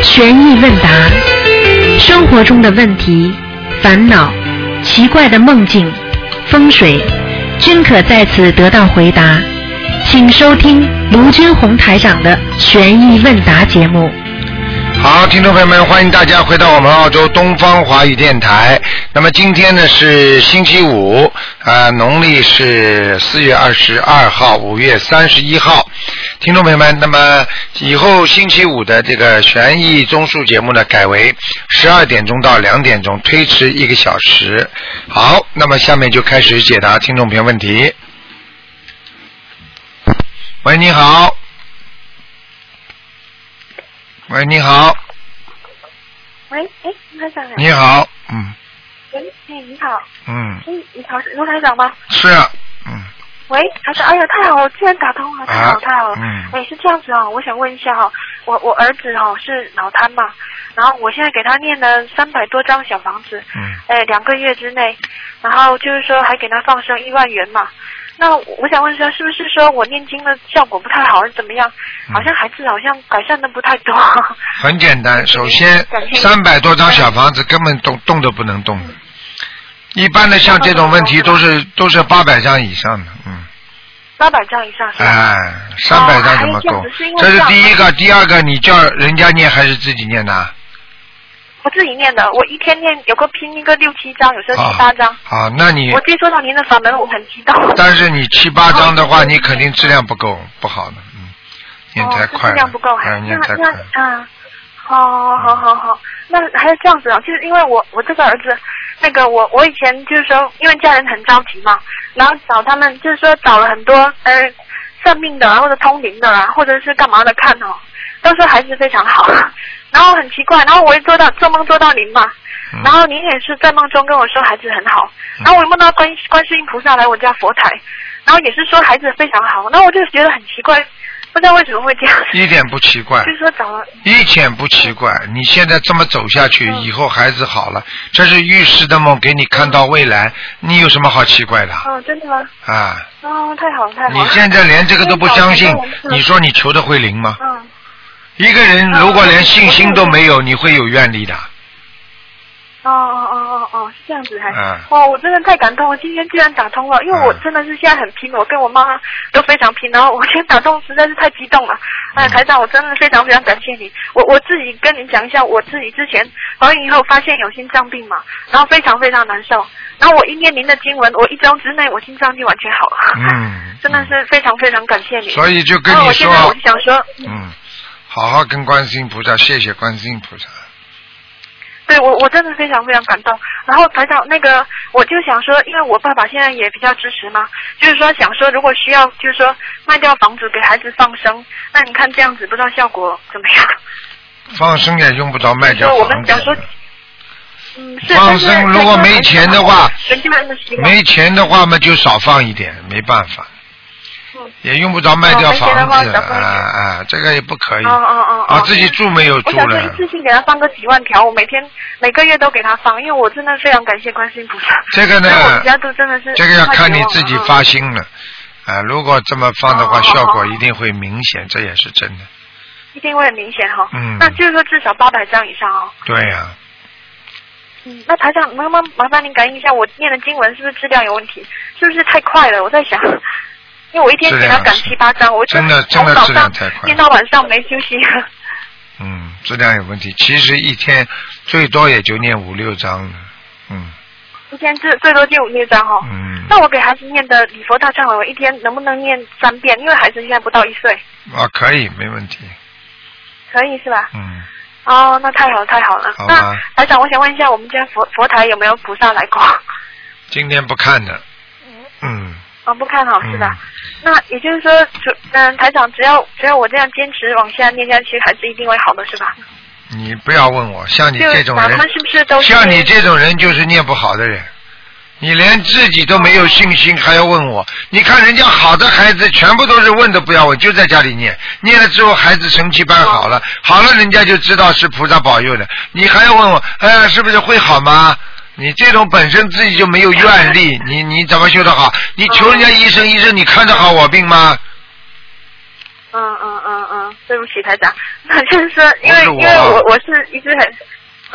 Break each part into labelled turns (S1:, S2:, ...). S1: 问答，生活中的问题、烦恼、奇怪的梦境、风水，均可在此得到回答。请收听卢军红台长的《悬疑问答》节目。
S2: 好，听众朋友们，欢迎大家回到我们澳洲东方华语电台。那么今天呢是星期五，啊、农历是四月二十二号，五月三十一号。听众朋友们，那么以后星期五的这个悬疑综述节目呢，改为十二点钟到两点钟，推迟一个小时。好，那么下面就开始解答听众朋友问题。喂，你好。喂，你好，
S3: 喂，哎，卢台长呀，
S2: 你好，嗯
S3: 喂，哎，你好，
S2: 嗯，
S3: 哎，你好，是卢台长吗？
S2: 是啊，嗯，
S3: 喂，台长，哎呀，太好了，竟然打通了，太好
S2: 啊
S3: 了太好了。
S2: 嗯
S3: 哎，是这样子哦，我想问一下哈、哦，我我儿子哈、哦、是脑瘫嘛，然后我现在给他念了三百多张小房子，
S2: 嗯，
S3: 哎，两个月之内，然后就是说还给他放生一万元嘛。那我我想问一下，是不是说我念经的效果不太好，还是怎么样？
S2: 嗯
S3: 好像孩子好像改善的不太多。
S2: 很简单。首先，三百多张小房子根本动动都不能动的。一般的像这种问题都是都是八百张以上的，
S3: 哦
S2: 嗯，
S3: 八百张以上是吧？
S2: 哎，三百张怎么够
S3: 还有一件只是因？为
S2: 这是
S3: 这样
S2: 第一个，第二个你叫人家念还是自己念的啊？
S3: 我自己念的，我一天念有个拼一个六七张，有时候七八张。
S2: 好，那啊你
S3: 我接收到您的法门，我很激动。
S2: 但是你七八张的话，你肯定质量不够，不好的，嗯，念太快
S3: 哦哦、这质
S2: 了，
S3: 量不够，
S2: 哎，念太
S3: 那
S2: 快
S3: 那
S2: 了，
S3: 啊，好好好好，那还是这样子啊，就是因为我我这个儿子，那个我我以前就是说，因为家人很着急嘛，然后找他们就是说找了很多呃算命的啊或者通灵的啊，或者是干嘛的看哦，都说孩子非常好，然后很奇怪，然后我也做到做梦做到您嘛，
S2: 嗯
S3: 然后您也是在梦中跟我说孩子很好，然后我梦到观观世音菩萨来我家佛台，然后也是说孩子非常好，然后我就觉得很奇怪，不知道为什么会这样，
S2: 一点不奇怪。
S3: 就是说找了
S2: 一点不奇怪，你现在这么走下去，
S3: 嗯
S2: 以后孩子好了，这是预示的梦，给你看
S3: 嗯
S2: 到未来，你有什么好奇怪的
S3: 哦，真的吗？
S2: 啊？
S3: 哦，太好了，太好了。
S2: 你现在连这个都不相信
S3: 因为早上我，们
S2: 你说你求的会灵吗？
S3: 嗯，
S2: 一个人如果连信心都没有，你会有愿力的。
S3: 哦哦哦哦哦，是这样子还。
S2: 嗯
S3: 哇，我真的太感动了，今天居然打通了，因为我
S2: 嗯
S3: 真的是现在很拼，我跟我妈都非常拼，然后我今天打通实在是太激动了。哎，
S2: 嗯
S3: 台长，我真的非常非常感谢你。我我自己跟你讲一下，我自己之前怀孕以后发现有心脏病嘛，然后非常非常难受，然后我一念您的经文，我一周之内我心脏就完全好了。
S2: 嗯
S3: 真的是非常非常感谢你。
S2: 所以就跟
S3: 然后
S2: 你
S3: 我现在我
S2: 说
S3: 就，想说，
S2: 嗯，好好跟观世音菩萨，谢谢观世音菩萨。
S3: 对我我真的非常非常感动。然后台长，那个我就想说，因为我爸爸现在也比较支持嘛，就是说想说，如果需要，就是说卖掉房子给孩子放生，那你看这样子不知道效果怎么样？
S2: 放生也用不着卖掉
S3: 就我
S2: 房
S3: 们讲说
S2: 子，，
S3: 嗯，是
S2: 放
S3: 但是
S2: 生如果没钱的话
S3: 人家人的习惯
S2: 没钱的话嘛就少放一点，没办法
S3: 嗯，
S2: 也用不着卖掉
S3: 哦没钱的话
S2: 房子，
S3: 少放
S2: 啊
S3: 一点
S2: 啊，这个也不可以。
S3: 哦哦哦
S2: 啊
S3: 哦，
S2: 自己住没有
S3: 我
S2: 住
S3: 想说一
S2: 了，
S3: 次性给他放个几万条，我每天每个月都给他放，因为我真的非常感谢观世音菩萨。
S2: 这个呢
S3: 因为我们家都真的是
S2: 这个要看你
S3: 快绝望了
S2: 自己
S3: 嗯
S2: 发心了。啊，如果这么放的话，
S3: 哦
S2: 效果
S3: 哦
S2: 一定会明显，这也是真的。
S3: 一定会很明显哈、
S2: 嗯
S3: 那就是说至少八百张以上哦。
S2: 对呀、
S3: 嗯，那台长，麻烦麻烦您感应一下，我念的经文是不是质量有问题？是不是太快了？我在想，因为我一天给他
S2: 质
S3: 赶
S2: 量是
S3: 七八张，我就
S2: 啊真的真
S3: 从
S2: 的
S3: 早
S2: 质量
S3: 上
S2: 太快
S3: 念到晚上没休息。
S2: 嗯，质量有问题。其实一天最多也就念五六章了。嗯
S3: 一天最最多就五六张哦。
S2: 嗯，
S3: 那我给孩子念的礼佛大忏悔文，一天能不能念三遍？因为孩子现在不到一岁，
S2: 啊，可以，没问题。
S3: 可以是吧？
S2: 嗯，
S3: 哦，那太好了，太好了。
S2: 好吧
S3: 那台长，我想问一下，我们家佛佛台有没有菩萨来过？
S2: 今天不看的。嗯，
S3: 哦，不看好是吧？
S2: 嗯
S3: 那也就是说，主嗯，台长，只要只要我这样坚持往下念下去，孩子一定会好的，是吧？
S2: 嗯你不要问我，像你
S3: 就
S2: 这种
S3: 咱
S2: 人
S3: 们，是不是都是
S2: 像你这种人就是念不好的人，你连自己都没有信心，还要问我？你看人家好的孩子，全部都是问都不要问，就在家里念，念了之后孩子神奇般好
S3: 哦
S2: 了，好了人家就知道是菩萨保佑的，你还要问我，哎，是不是会好吗？你这种本身自己就没有愿力，你你怎么修得好？
S3: 哦
S2: 你求人家医生，医生你看得好我病吗？
S3: 嗯嗯嗯嗯，对不起，台长，那就是说，因
S2: 不
S3: 为
S2: 是我
S3: 因为我我是一直很，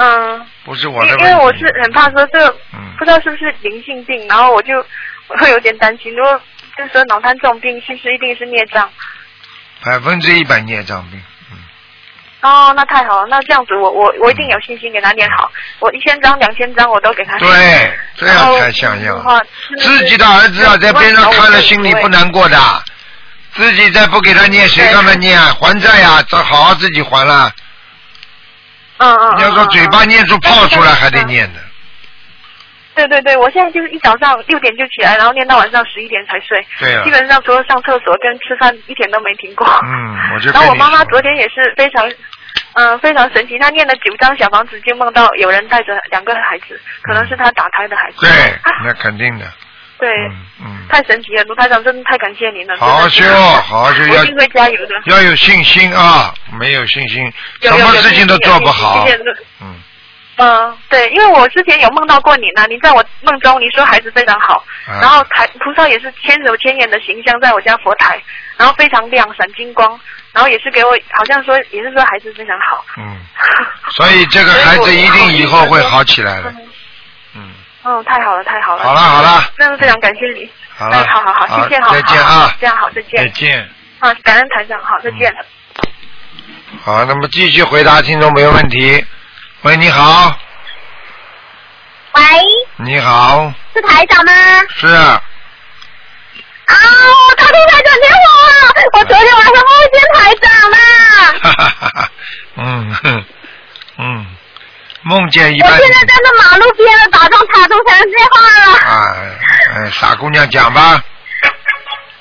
S3: 嗯、
S2: 不是我
S3: 因
S2: 的
S3: 因为
S2: 问
S3: 我
S2: 题
S3: 是很怕说这个
S2: 嗯
S3: 不知道是不是灵性病，然后我就我会有点担心，如果就是说脑瘫这种病，是不是一定是孽障？
S2: 百分之一百孽障病，嗯，
S3: 哦，那太好了，那这样子我我我一定有信心给他念好，我一千张、两千张我都给他念。
S2: 对，这
S3: 然
S2: 样
S3: 后
S2: 才像
S3: 的
S2: 样。
S3: 话是
S2: 自己的儿子啊，在边上看了心里不。难过的，自己再不给他念，谁
S3: 对
S2: 让他念啊？还债呀、这好好自己还了。
S3: 嗯嗯。嗯
S2: 要说嘴巴。
S3: 嗯
S2: 念出泡出来还得念的，
S3: 对对对，我现在就是一早上六点就起来，然后念到晚上十一点才睡。
S2: 对呀、
S3: 基本上除了上厕所跟吃饭一点都没停过。
S2: 嗯，我就
S3: 然
S2: 跟
S3: 后我
S2: 你
S3: 妈妈
S2: 说
S3: 昨天也是非常，嗯、非常神奇，她念了九张小房子，就梦到有人带着两个孩子，可能是她打胎的孩子。
S2: 嗯对
S3: 啊，
S2: 那肯定的，
S3: 对，
S2: 嗯嗯，
S3: 太神奇了，卢台长，真的太感谢您了。
S2: 好好修，
S3: 真的是
S2: 好好修，
S3: 我
S2: 要
S3: 一定会加油的。
S2: 要有信心啊！没有信心，
S3: 有
S2: 什
S3: 有
S2: 么
S3: 有
S2: 事情都
S3: 谢谢
S2: 做不好
S3: 谢。谢卢
S2: 嗯，
S3: 嗯，对，因为我之前有梦到过你呢，您在我梦中你说孩子非常好，
S2: 啊
S3: 然后台菩萨也是千手千眼的形象在我家佛台，然后非常亮，闪金光，然后也是给我好像说也是说孩子非常好。
S2: 嗯，所以这个孩子一定以后会好起来的。
S3: 嗯
S2: 嗯，
S3: 嗯，太好了，太好了。嗯
S2: 好了好了
S3: 真的非常感谢你。
S2: 好了
S3: 哎好好好，谢谢，
S2: 好
S3: 好，
S2: 再见
S3: 好
S2: 啊
S3: 好这样好，再
S2: 再
S3: 见。
S2: 见。嗯
S3: 啊，感恩台长，好，再见。
S2: 好，那么继续回答听众朋友问题。喂，你好，
S4: 喂，
S2: 你好，
S4: 是台长吗？
S2: 是
S4: 啊，他突然打电话，我昨天晚上梦见台长了。
S2: 哈哈哈哈，嗯哼嗯，梦见一
S4: 我
S2: 般
S4: 现在站在马路边了，打通打通台长电话了。
S2: 啊，哎，傻姑娘讲吧，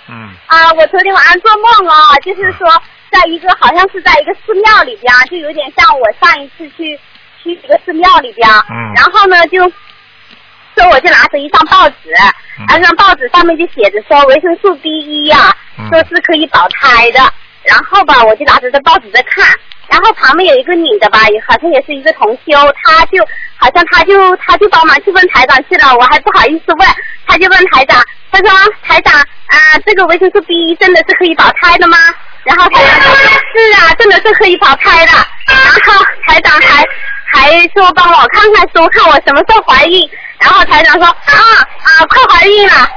S2: 嗯
S4: 啊，我昨天晚上做梦哦，就是说，在一个好像是在一个寺庙里边，就有点像我上一次去去一个寺庙里边，
S2: 嗯
S4: 然后呢就，说我就拿着一张报纸，啊
S2: 嗯
S4: 那张报纸上面就写着说维生素 B 一呀、
S2: 嗯
S4: 说是可以保胎的。然后吧，我就拿着这报纸在看，然后旁边有一个女的吧，也好像也是一个同修，她就好像她就她就帮忙去问台长去了，我还不好意思问，她就问台长，她说台长啊、这个维生素 B 一真的是可以保胎的吗？然后台长说是啊，真的是可以保胎的。 然后台长还还说帮我看看书，看我什么时候怀孕。然后台长说啊啊，快怀孕了。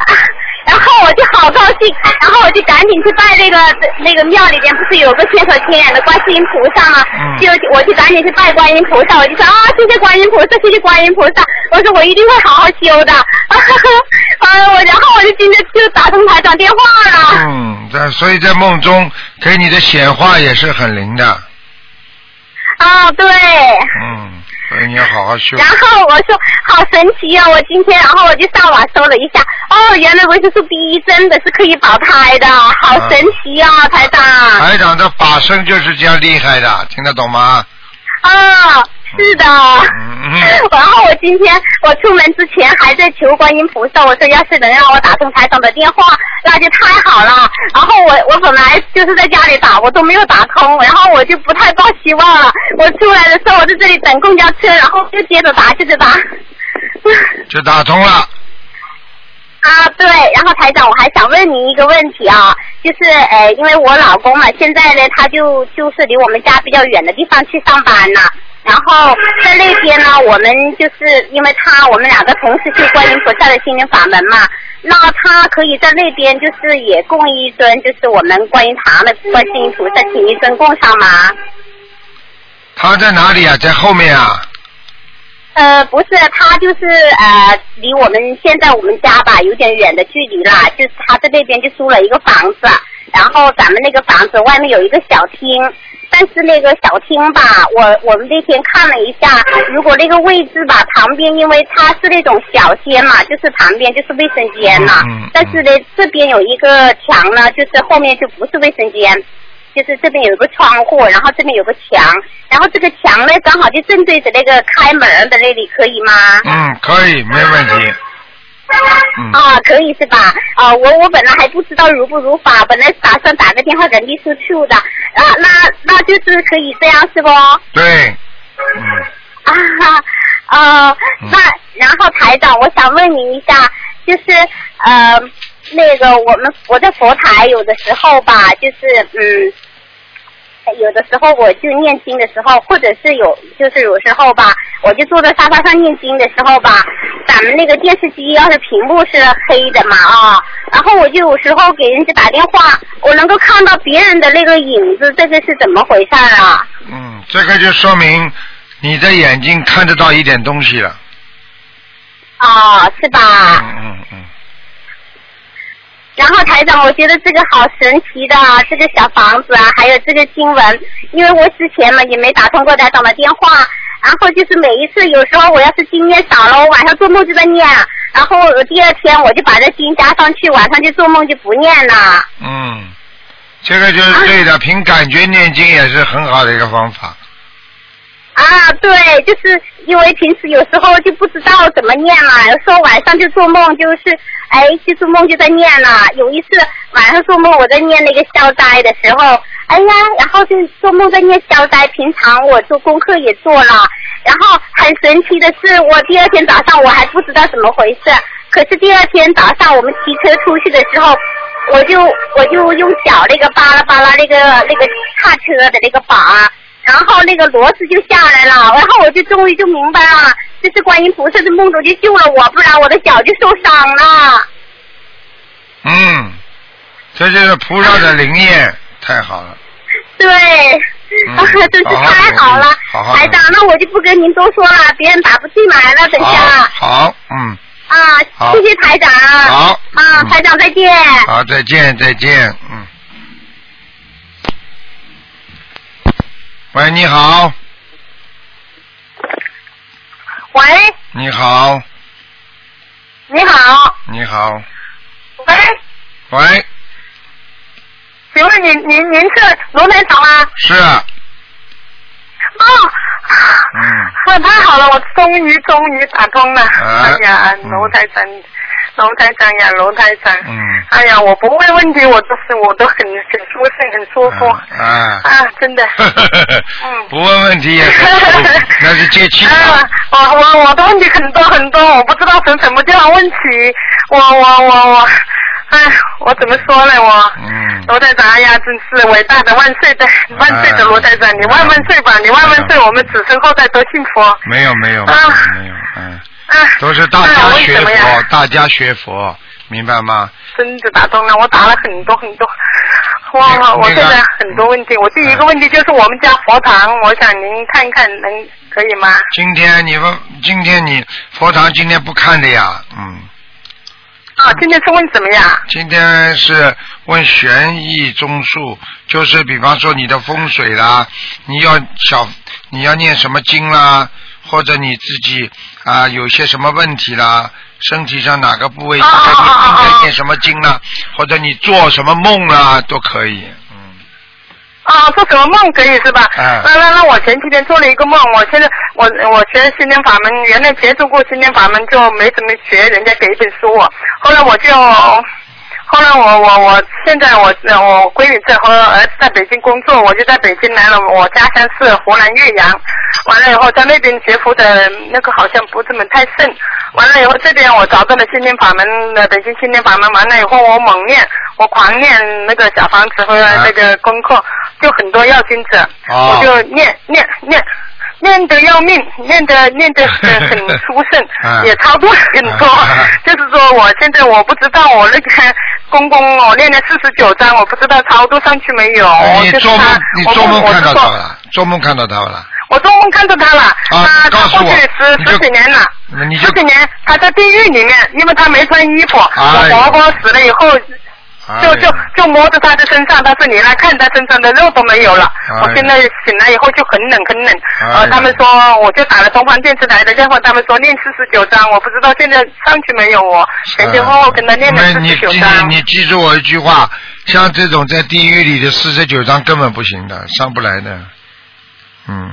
S4: 然后我就好高兴，然后我就赶紧去拜那个那个庙里边，不是有个千手千眼的观世音菩萨吗？
S2: 嗯
S4: 就我就赶紧去拜观音菩萨，我就说啊，谢谢观音菩萨，谢谢观音菩萨，我说我一定会好好修的。 啊，我然后我就今天就打通台长电话了。
S2: 嗯，在所以在梦中给你的显化也是很灵的，
S4: 啊，对。
S2: 嗯，所以你要好好修
S4: 然，后我说好神奇啊！我今天，然后我就上网搜了一下，哦，原来维生素 B 一真的是可以保胎的，好神奇啊，台长！
S2: 台长的法身就是这样厉害的，听得懂吗？
S4: 啊，是的。
S2: 嗯嗯
S4: 然后我今天我出门之前还在求观音菩萨，我说要是能让我打通台长的电话，那就太好了。然后我我本来就是在家里打，我都没有打通，然后我就不太抱希望了。我出来的时候我在这里等公交车，然后就接着打，接着打。
S2: 就打通了，
S4: 啊，对，然后台长，我还想问您一个问题啊，就是呃，因为我老公嘛，现在呢，他就就是离我们家比较远的地方去上班呢。然后在那边呢，我们就是因为他，我们两个同时去观音菩萨的心灵法门嘛，那他可以在那边就是也供一尊，就是我们观音堂的观世音菩萨，请一尊供上吗？
S2: 他在哪里啊？在后面啊？
S4: 呃，不是，他就是呃，离我们现在我们家吧有点远的距离啦，就是他在那边就租了一个房子，然后咱们那个房子外面有一个小厅，但是那个小厅吧，我我们那天看了一下，如果那个位置吧，旁边因为它是那种小间嘛，就是旁边就是卫生间嘛，
S2: 嗯嗯嗯
S4: 但是呢这边有一个墙呢，就是后面就不是卫生间，就是这边有一个窗户，然后这边有个墙，然后这个墙呢刚好就正对着那个开门的那里，可以吗？
S2: 嗯，可以，没问题。嗯
S4: 啊，可以是吧？啊，我我本来还不知道如不如法，本来打算打个电话给秘书处的，啊，那那就是可以这样是不？
S2: 对，嗯，
S4: 啊哈，呃
S2: 嗯，
S4: 那然后台长，我想问您一下，就是呃，那个我们我在佛台有的时候吧，就是嗯，有的时候我就念经的时候，或者是有就是有时候吧，我就坐在沙发上念经的时候吧，咱们那个电视机要是屏幕是黑的嘛啊，然后我就有时候给人家打电话，我能够看到别人的那个影子，这个是怎么回事儿啊？
S2: 嗯，这个就说明你的眼睛看得到一点东西了。
S4: 啊，是吧？
S2: 嗯嗯嗯，
S4: 然后台长，我觉得这个好神奇的啊，这个小房子啊，还有这个经文，因为我之前嘛也没打通过台长的电话，然后就是每一次有时候我要是经念少了，我晚上做梦就在念，然后我第二天我就把这经加上去，晚上就做梦就不念了。
S2: 嗯，这个就是对的，凭感觉念经也是很好的一个方法。
S4: 啊，对，就是因为平时有时候就不知道怎么念了，有时候晚上就做梦，就是哎，就做梦就在念了。有一次晚上做梦，我在念那个消灾的时候，哎呀，然后就做梦在念消灾。平常我做功课也做了，然后很神奇的是，我第二天早上我还不知道怎么回事，可是第二天早上我们骑车出去的时候，我就我就用脚那个扒拉扒拉那个那个踏车的那个把儿，然后那个骡子就下来了，然后我就终于就明白了，这是观音菩萨在梦中就救了我，不然我的脚就受伤了。
S2: 嗯，这就是菩萨的灵验，太好 了。
S4: 对，
S2: 嗯
S4: 啊，真是太好了
S2: 好啊好努力好好努，力
S4: 台长，那我就不跟您多说了，别人打不进来了，等下
S2: 好，好，嗯，好
S4: 啊，谢谢台长，
S2: 好
S5: 哎
S4: 啊，
S2: 嗯
S4: 台长再见。
S2: 好，再见，再见，嗯。喂，你好，
S5: 喂，
S2: 你好，
S5: 你好，
S2: 你好，
S5: 喂，
S2: 喂，
S5: 请问您您您是卢台长吗？
S2: 是啊，
S5: 哦，
S2: 嗯，
S5: 啊，太好了，我终于终于打通了。
S2: 啊
S5: 哎呀，
S2: 嗯
S5: 卢台长，卢台长呀，卢台长。
S2: 嗯
S5: 哎呀，我不问问题，我都是我都很很舒适，很舒服。
S2: 啊，啊
S5: 啊，真 的。
S2: 不问问题也很舒服那是接气
S5: 啊
S2: 场，，
S5: 我我我的问题很多很多，我不知道从什么地方问起，我我我我，哎，我怎么说呢我？
S2: 嗯，
S5: 罗台长，哎呀，真是伟大的万岁的万岁的罗台长，你万万岁吧，你万万岁，我们子孙后代多幸福。哦
S2: 没有没有没
S5: 啊
S2: 有没有，嗯，
S5: 啊，
S2: 都是大
S5: 哎呀
S2: 家
S5: 为
S2: 学
S5: 什么
S2: 佛
S5: 呀，
S2: 大家学佛，明白吗？
S5: 真的打动了，我打了很多很多。哇，我
S2: 那
S5: 现
S2: 个
S5: 在很多问题，我第一个问题就是我们家佛堂，我想您看看能可以吗？
S2: 今天你们今天你佛堂今天不看的呀，嗯。
S5: 啊，今天是啊问什么呀？
S2: 今天是问玄易中术，就是比方说你的风水啦，你要小你要念什么经啦，或者你自己啊、有些什么问题啦，身体上哪个部位应该
S5: 哦哦哦哦
S2: 应该念什么经啦，或者你做什么梦啦都可以。嗯，
S5: 啊，做什么梦可以是吧？
S2: 哎
S5: 那那那我前几天做了一个梦，我现在我我学心灵法门，原来接触过心灵法门就没怎么学，人家给一本书我，后来我就。后来我我我现在我呃我闺女在和儿子在北京工作，我就在北京来了。我家乡是湖南岳阳，完了以后在那边学佛的那个好像不怎么太盛。完了以后这边我找到了心灵法门的北京心灵法门，完了以后我猛念，我狂念那个小房子和那个功课，就很多要经者，
S2: 哦
S5: 我就念念念。念得要命，念得念得很很殊胜
S2: 啊，
S5: 也超度了很多
S2: 啊。
S5: 就是说，我现在我不知道我那个公公，我练了四十九章，我不知道超度上去没有。
S2: 哎你
S5: 哦就是
S2: 做梦
S5: 他，
S2: 你
S5: 我
S2: 做梦
S5: 我
S2: 看到
S5: 做
S2: 他了，做梦看到他了。
S5: 我做梦看到他了，他
S2: 告
S5: 他
S2: 诉
S5: 过去
S2: 我你
S5: 十
S2: 就
S5: 十几年了。
S2: 那你就
S5: 十几年，他在地狱里面，因为他没穿衣服，
S2: 哎呦
S5: 我婆婆死了以后，
S2: 哎
S5: 就
S2: 呀
S5: 就就摸着他的身上，他说你来看他身上的肉都没有了。
S2: 哎
S5: 我现在醒来以后就很冷很冷，
S2: 哎呀
S5: 呃，他们说我就打了东方电视台的电话，他们说念四十九章，我不知道现在上去没有我，前前后后跟他念了
S2: 那
S5: 四
S2: 啊你
S5: 十
S2: 记
S5: 九章
S2: 你。你记住我一句话，像这种在地狱里的四十九章根本不行的，上不来的。嗯，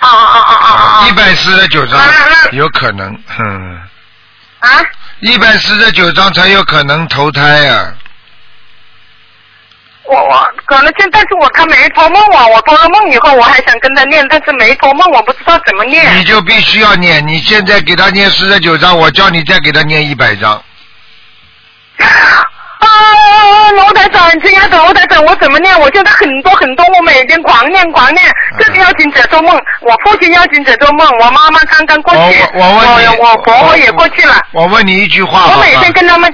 S5: 啊啊啊啊啊
S2: 一百四十九章
S5: 啊啊
S2: 有可能，嗯，
S5: 啊！啊
S2: 一百四十九章才有可能投胎啊。
S5: 我我可能现，但是我他没托梦啊，我托了梦以后，我还想跟他念，但是没托梦，我不知道怎么念。
S2: 你就必须要念，你现在给他念四十九章，我叫你再给他念一百章。
S5: 啊！哦，罗台长，你这样的罗台长，我怎么念？我现在很多很多，我每天狂念狂念，
S2: 嗯
S5: 这个要紧者做梦，我父亲要紧者做梦，我妈妈刚刚过去，
S2: 我我问你
S5: 我我婆婆也过去了，
S2: 我问你一句话
S5: 我
S2: 好
S5: 每天
S2: 吗？
S5: 跟他们，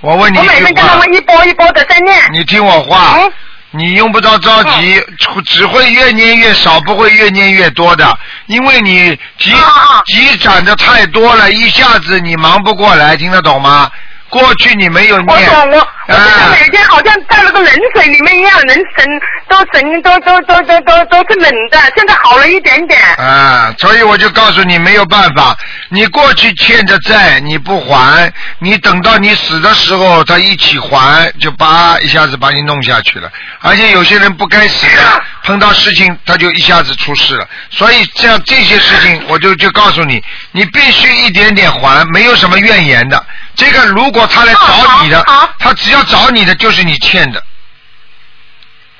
S2: 我问你
S5: 我
S2: 一
S5: 每天
S2: 句
S5: 跟他
S2: 话，
S5: 们一波一波的在念，
S2: 你听我话。
S5: 嗯
S2: 你用不着着急，只会越念越少，不会越念越多的，因为你积
S5: 啊啊
S2: 积攒的太多了，一下子你忙不过来，听得懂吗？过去你没有
S5: 我
S2: 念，
S5: 懂我，我现在
S2: 啊
S5: 每天好像在那个冷水里面一样，人神都神都都都都都都是冷的，现在好了一点点。
S2: 啊，所以我就告诉你没有办法，你过去欠着债你不还，你等到你死的时候他一起还，就叭一下子把你弄下去了。而且有些人不该死
S5: 啊
S2: 的，碰到事情他就一下子出事了。所以像这些事情，我就就告诉你，你必须一点点还，没有什么怨言的。这个如果他来找你的
S5: 哦好好，
S2: 他只要找你的就是你欠的，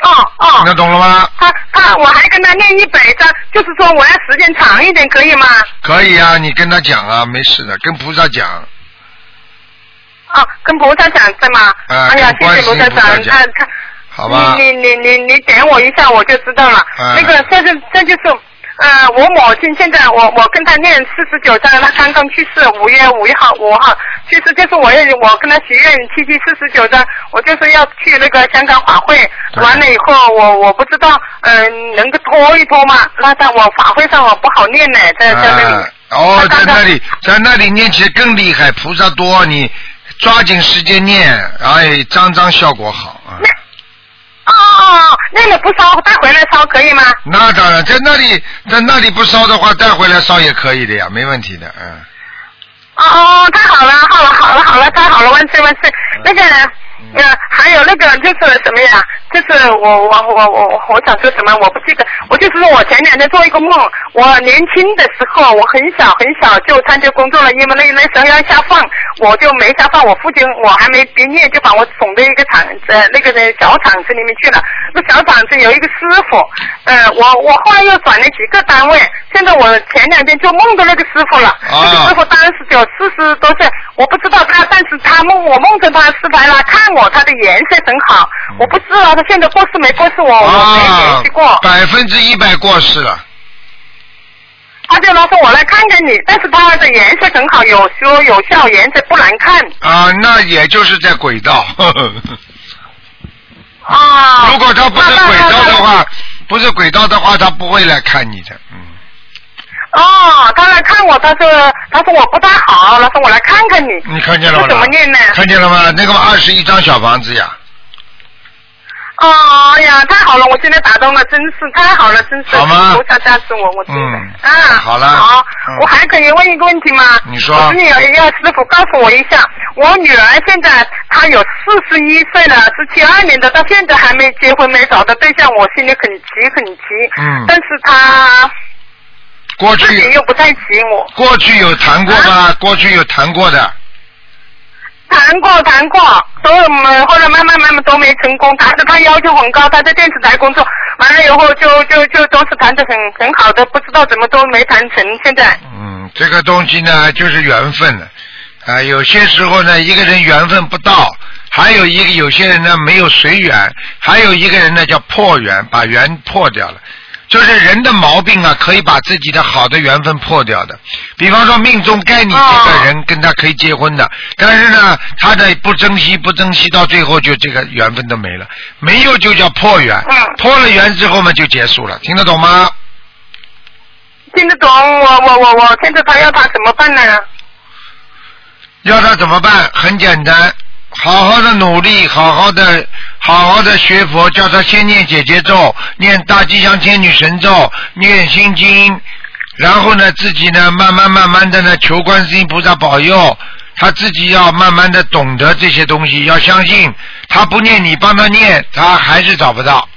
S5: 哦哦，
S2: 能懂了吗？
S5: 他他我还跟他念一百张，就是说我要时间长一点，可以吗？
S2: 可以啊，你跟他讲啊，没事的，跟菩萨讲。
S5: 哦，跟菩萨讲是吗？
S2: 啊
S5: 哎呀，
S2: 跟观
S5: 谢谢
S2: 世音
S5: 菩萨啊
S2: 菩萨
S5: 长，
S2: 讲
S5: 他他。
S2: 好吧
S5: 你你你你你点我一下我就知道了。
S2: 嗯
S5: 那个这是这就是。呃，我母亲现在我我跟她念四十九章，她刚刚去世，五月五号五号去世，就是我要我跟她许愿七七四十九章，我就是要去那个香港法会，
S2: 对
S5: 完了以后我我不知道嗯、能够拖一拖吗？那在我法会上我不好念呢，在在那里
S2: 啊。哦，在
S5: 他刚刚
S2: 那里，在那里念起来更厉害，菩萨多，你抓紧时间念，哎，张张效果好啊。
S5: 哦，那个不烧带回来烧可以吗？
S2: 那当然，在那里，在那里不烧的话，带回来烧也可以的呀，没问题的，嗯。
S5: 哦，太好了，好了，好了，好了，太好了，万岁万岁！那个，呃，还有那个就是什么呀？就是我我我我我我想说什么？我不记得，我就是说我前两天做一个梦，我年轻的时候，我很小很小就参加工作了，因为那那时候要下放，我就没下放，我父亲我还没毕业就把我送到一个厂子那个小厂子里面去了，那小厂子有一个师傅，呃，我我后来又转了几个单位，现在我前两天就梦到那个师傅了，那个
S2: 啊
S5: 师傅当时有四十多岁，我不知道他，但是他梦我梦着他师牌了，看我他的颜色很好，我不知道他现在过世没过世，我我
S2: 嗯
S5: 没
S2: 啊
S5: 联系过。，
S2: 百分之一百过世了，
S5: 他就拿说我来看看你，但是他的颜色很好，有说有笑，颜色不难看。
S2: 啊，那也就是在轨 道。呵
S5: 哦
S2: 呵
S5: 啊，
S2: 如果他不是
S5: 那
S2: 轨道的。
S5: 那那
S2: 话，不是轨道的话，他不会来看你的，嗯。
S5: 哦，他来看我，他说他说我不大好，他说我来看看你。
S2: 你看见了吗？
S5: 这怎么念呢
S2: 看见了吗？那个二十一张小房子呀。
S5: 哦呀，太好了！我现在打通了，真是太好了，真是
S2: 好吗
S5: 菩萨加持我，我真的、
S2: 嗯
S5: 啊，
S2: 好了
S5: 好、
S2: 嗯
S5: 我还可以问一个问题吗？
S2: 你说
S5: 我女儿要师傅告诉我一下，我女儿现在她有四十一岁了，是七二年的，到现在还没结婚，没找到对象，我心里很急很急。
S2: 嗯
S5: 但是她
S2: 过
S5: 自己
S2: 去
S5: 又不太急，我
S2: 过去有谈过吗？过去有谈过的，
S5: 谈过谈过，所以我们后来慢慢慢慢都没成功。但是他要求很高，他在电视台工作，完了以后就就就都是谈的很很好的，不知道怎么都没谈成。现在
S2: 嗯，这个东西呢就是缘分了，啊、有些时候呢一个人缘分不到，还有一个有些人呢没有随缘，还有一个人呢叫破缘，把缘破掉了。就是人的毛病啊，可以把自己的好的缘分破掉的。比方说，命中该你这个人跟他可以结婚的，但是呢，他的不珍惜，不珍惜，到最后就这个缘分都没了。没有就叫破缘，
S5: 嗯
S2: 破了缘之后嘛就结束了，听得懂吗？
S5: 听得懂我我我我，现在他要他怎么办呢？
S2: 要他怎么办？很简单，好好的努力，好好的，好好的学佛，叫他先念姐姐咒，念大吉祥天女神咒，念心经，然后呢，自己呢，慢慢慢慢的呢，求观世音菩萨保佑。他自己要慢慢的懂得这些东西，要相信他不念你帮他念，他还是找不到。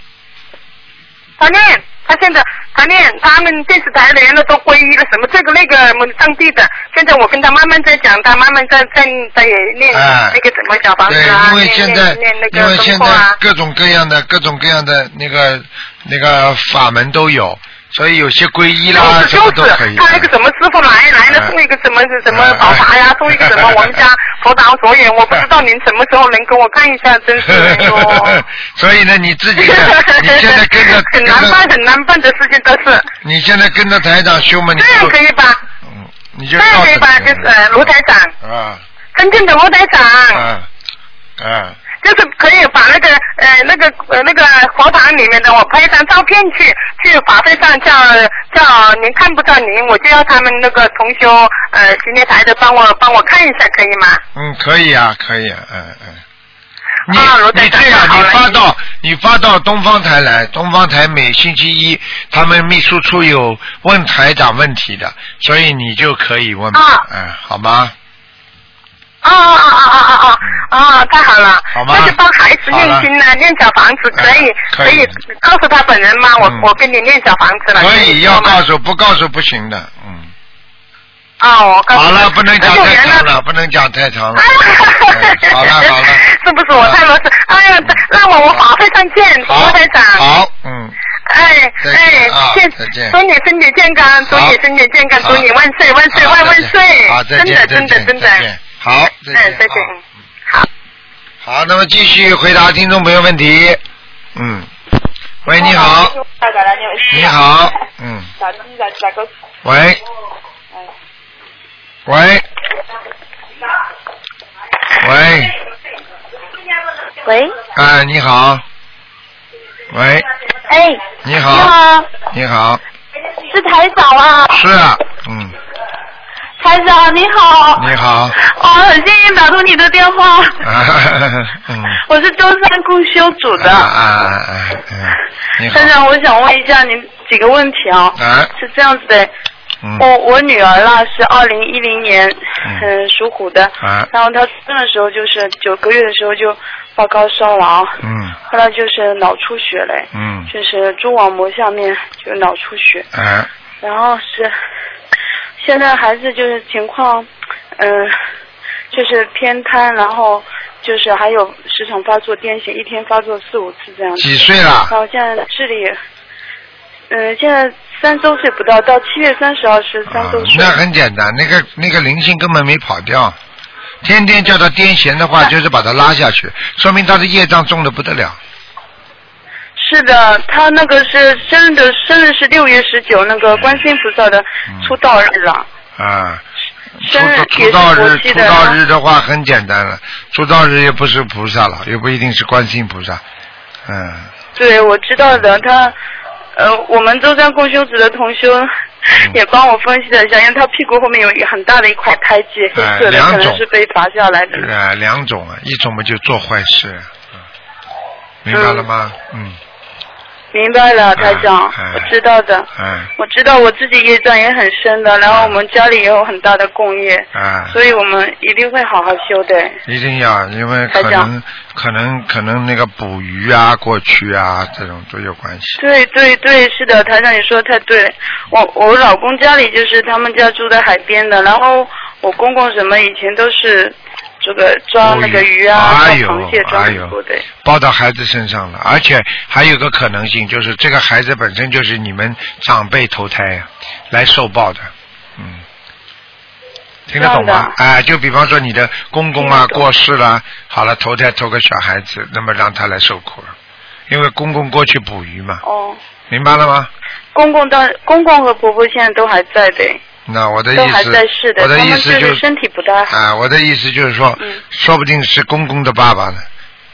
S5: 他念，他现在他念，他们电视台的人呢都皈依了什么这个那个上帝的。现在我跟他慢慢在讲，他慢慢在在在念
S2: 哎
S5: 那个什么小房子
S2: 对，
S5: 啊，
S2: 因为
S5: 念
S2: 现在
S5: 念念那
S2: 因为
S5: 个功
S2: 现
S5: 课
S2: 在
S5: 啊。
S2: 各种各样的各种各样的那个那个法门都有，所以有些皈依啦
S5: 我哦是
S2: 啊什
S5: 修
S2: 么
S5: 止
S2: 都可以。，啊
S5: 看那个什么师傅来来了
S2: 哎
S5: 送一个什么什么宝 塔呀，送一个什么我们家佛堂所远，我不知道您什么时候能给我看一下，真是哎呦。
S2: 所以呢，你 自己看，你现 在跟着
S5: 很
S2: 跟
S5: 难
S2: 着，
S5: 办很难办的事情，都是
S2: 你现在跟着台长修嘛，你
S5: 这样
S2: 就
S5: 啊可以吧？
S2: 嗯，你就
S5: 这样
S2: 照
S5: 可以
S2: 着
S5: 吧？
S2: 这
S5: 就
S2: 个
S5: 是呃卢台长，
S2: 啊
S5: 真正的卢台长，
S2: 啊啊
S5: 就是可以把那个呃那个呃那个佛堂里面的我拍一张照片去去法会上叫叫您看不到您，我就要他们那个同修呃今天台的帮我帮我看一下，可以吗？
S2: 嗯，可以啊，可以、啊，嗯嗯。你
S5: 啊罗
S2: 你
S5: 台
S2: 这样，
S5: 长太好
S2: 你
S5: 了
S2: 发到你发到东方台来，东方台每星期一他们秘书处有问台长问题的，所以你就可以问嘛，
S5: 啊
S2: 嗯，好吗？
S5: 哦哦哦哦哦哦哦，太好了！
S2: 好吗
S5: 那就帮孩子念经呢，念小房子可以
S2: 嗯，可
S5: 可
S2: 以
S5: 以告诉他本人吗？我
S2: 嗯
S5: 我跟你念小房子了，
S2: 可以要
S5: 说吗
S2: 告诉，不告诉不行的，嗯。
S5: 哦，我告诉
S2: 好
S5: 你
S2: 了，不能讲
S5: 那就啊
S2: 太
S5: 原
S2: 长
S5: 谅
S2: 了，不能讲太长了。嗯 好了好了，
S5: 是不是我太啰嗦？哎呀，那我我法会上见，
S2: 嗯好
S5: 罗台长。，
S2: 好，嗯，
S5: 哎
S2: 再
S5: 哎
S2: 见啊，
S5: 谢
S2: 再见
S5: 祝你身体健康，祝
S2: 好
S5: 你身体健康，
S2: 好
S5: 祝你万岁万岁
S2: 好
S5: 万万
S2: 再见
S5: 岁！
S2: 好，再
S5: 真的
S2: 见，
S5: 真
S2: 再
S5: 的
S2: 见
S5: 真的。
S2: 再见好，再
S5: 哎，
S2: 见，
S5: 再见。
S2: 啊
S5: 嗯好。
S2: 好，那么继续回答听众朋友问题。嗯，喂，你好，你好，嗯，喂，
S6: 嗯
S2: 喂，喂，
S7: 喂，
S2: 哎，你好，喂，
S7: 哎，
S2: 你
S7: 你
S2: 好，
S7: 好，
S2: 你好，
S7: 是台长啊，
S2: 是啊，嗯，
S7: 台长你好，
S2: 你好，
S7: 哦，很幸运打通你的电话，
S2: 啊，嗯，
S7: 我是舟山共修组
S2: 啊
S7: 的，
S2: 啊啊，嗯，你好
S7: 台，长，我想问一下您几个问题啊，
S2: 啊，
S7: 是这样子的，
S2: 嗯，
S7: 我我女儿啦是二零一零年，
S2: 嗯
S7: 嗯，属虎的，
S2: 啊，
S7: 然后她生的时候就是九个月的时候就发高烧了啊，
S2: 嗯，
S7: 后来就是脑出血嘞，
S2: 嗯，
S7: 就是蛛网膜下面就脑出血，
S2: 啊，
S7: 然后是现在孩子就是情况，嗯、就是偏瘫，然后就是还有时常发作癫痫，一天发作四五次这样子。
S2: 几岁了？
S7: 然后现在智力，嗯、现在三周岁不到，到七月三十号是三
S2: 啊
S7: 周岁。
S2: 那很简单，那个那个灵性根本没跑掉，天天叫他癫痫的话，就是把他拉下去，说明他的业障重的不得了。
S7: 是的，他那个是生日的生日是六月十九，那个观世音菩萨的
S2: 嗯
S7: 出道日啊。
S2: 啊，出
S7: 生日
S2: 出
S7: 也是
S2: 道
S7: 国
S2: 日，
S7: 际
S2: 出
S7: 的
S2: 道日的话很简单了，出道日也不是菩萨了，又不一定是观世音菩萨，嗯，
S7: 对，我知道的，他，呃，我们舟山共修组的同修
S2: 嗯
S7: 也帮我分析了一下，因为他屁股后面有一个很大的一块胎记，黑
S2: 哎
S7: 色的，
S2: 两
S7: 可能
S2: 种
S7: 是被拔下来的。
S2: 呃，两种啊，一种嘛就做坏事，嗯明白了吗？嗯，
S7: 明白了，台长，
S2: 哎
S7: 我知道的，
S2: 哎，
S7: 我知道我自己业障也很深的，然后我们家里也有很大的共业，
S2: 啊。
S7: 所以我们一定会好好修的。
S2: 一定要，因为可
S7: 台
S2: 能
S7: 长
S2: 可能可能那个捕鱼啊、过去啊这种都有关系。
S7: 对对对，是的，台长你说的太对了。我我老公家里就是他们家住在海边的，然后我公公什么以前都是这个抓那个鱼啊，
S2: 哎
S7: 抓
S2: 呦
S7: 螃蟹抓
S2: 哎
S7: 很
S2: 呦
S7: 多的。
S2: 包到孩子身上了，而且还有个可能性，就是这个孩子本身就是你们长辈投胎呀、来受报的，嗯，听得懂
S7: 这样
S2: 吗
S7: 的？
S2: 哎，就比方说你的公公啊
S7: 听得懂
S2: 过世了，好了，投胎投个小孩子，那么让他来受苦了，因为公公过去捕鱼嘛，
S7: 哦，
S2: 明白了吗？
S7: 公公当公公和婆婆现在都还在的，
S2: 那我的意
S7: 都还
S2: 思
S7: 在世，的，
S2: 我的
S7: 他
S2: 意
S7: 们
S2: 思
S7: 就是是身体不太好。
S2: 啊，我的意思就是说，
S7: 嗯
S2: 说不定是公公的爸爸呢，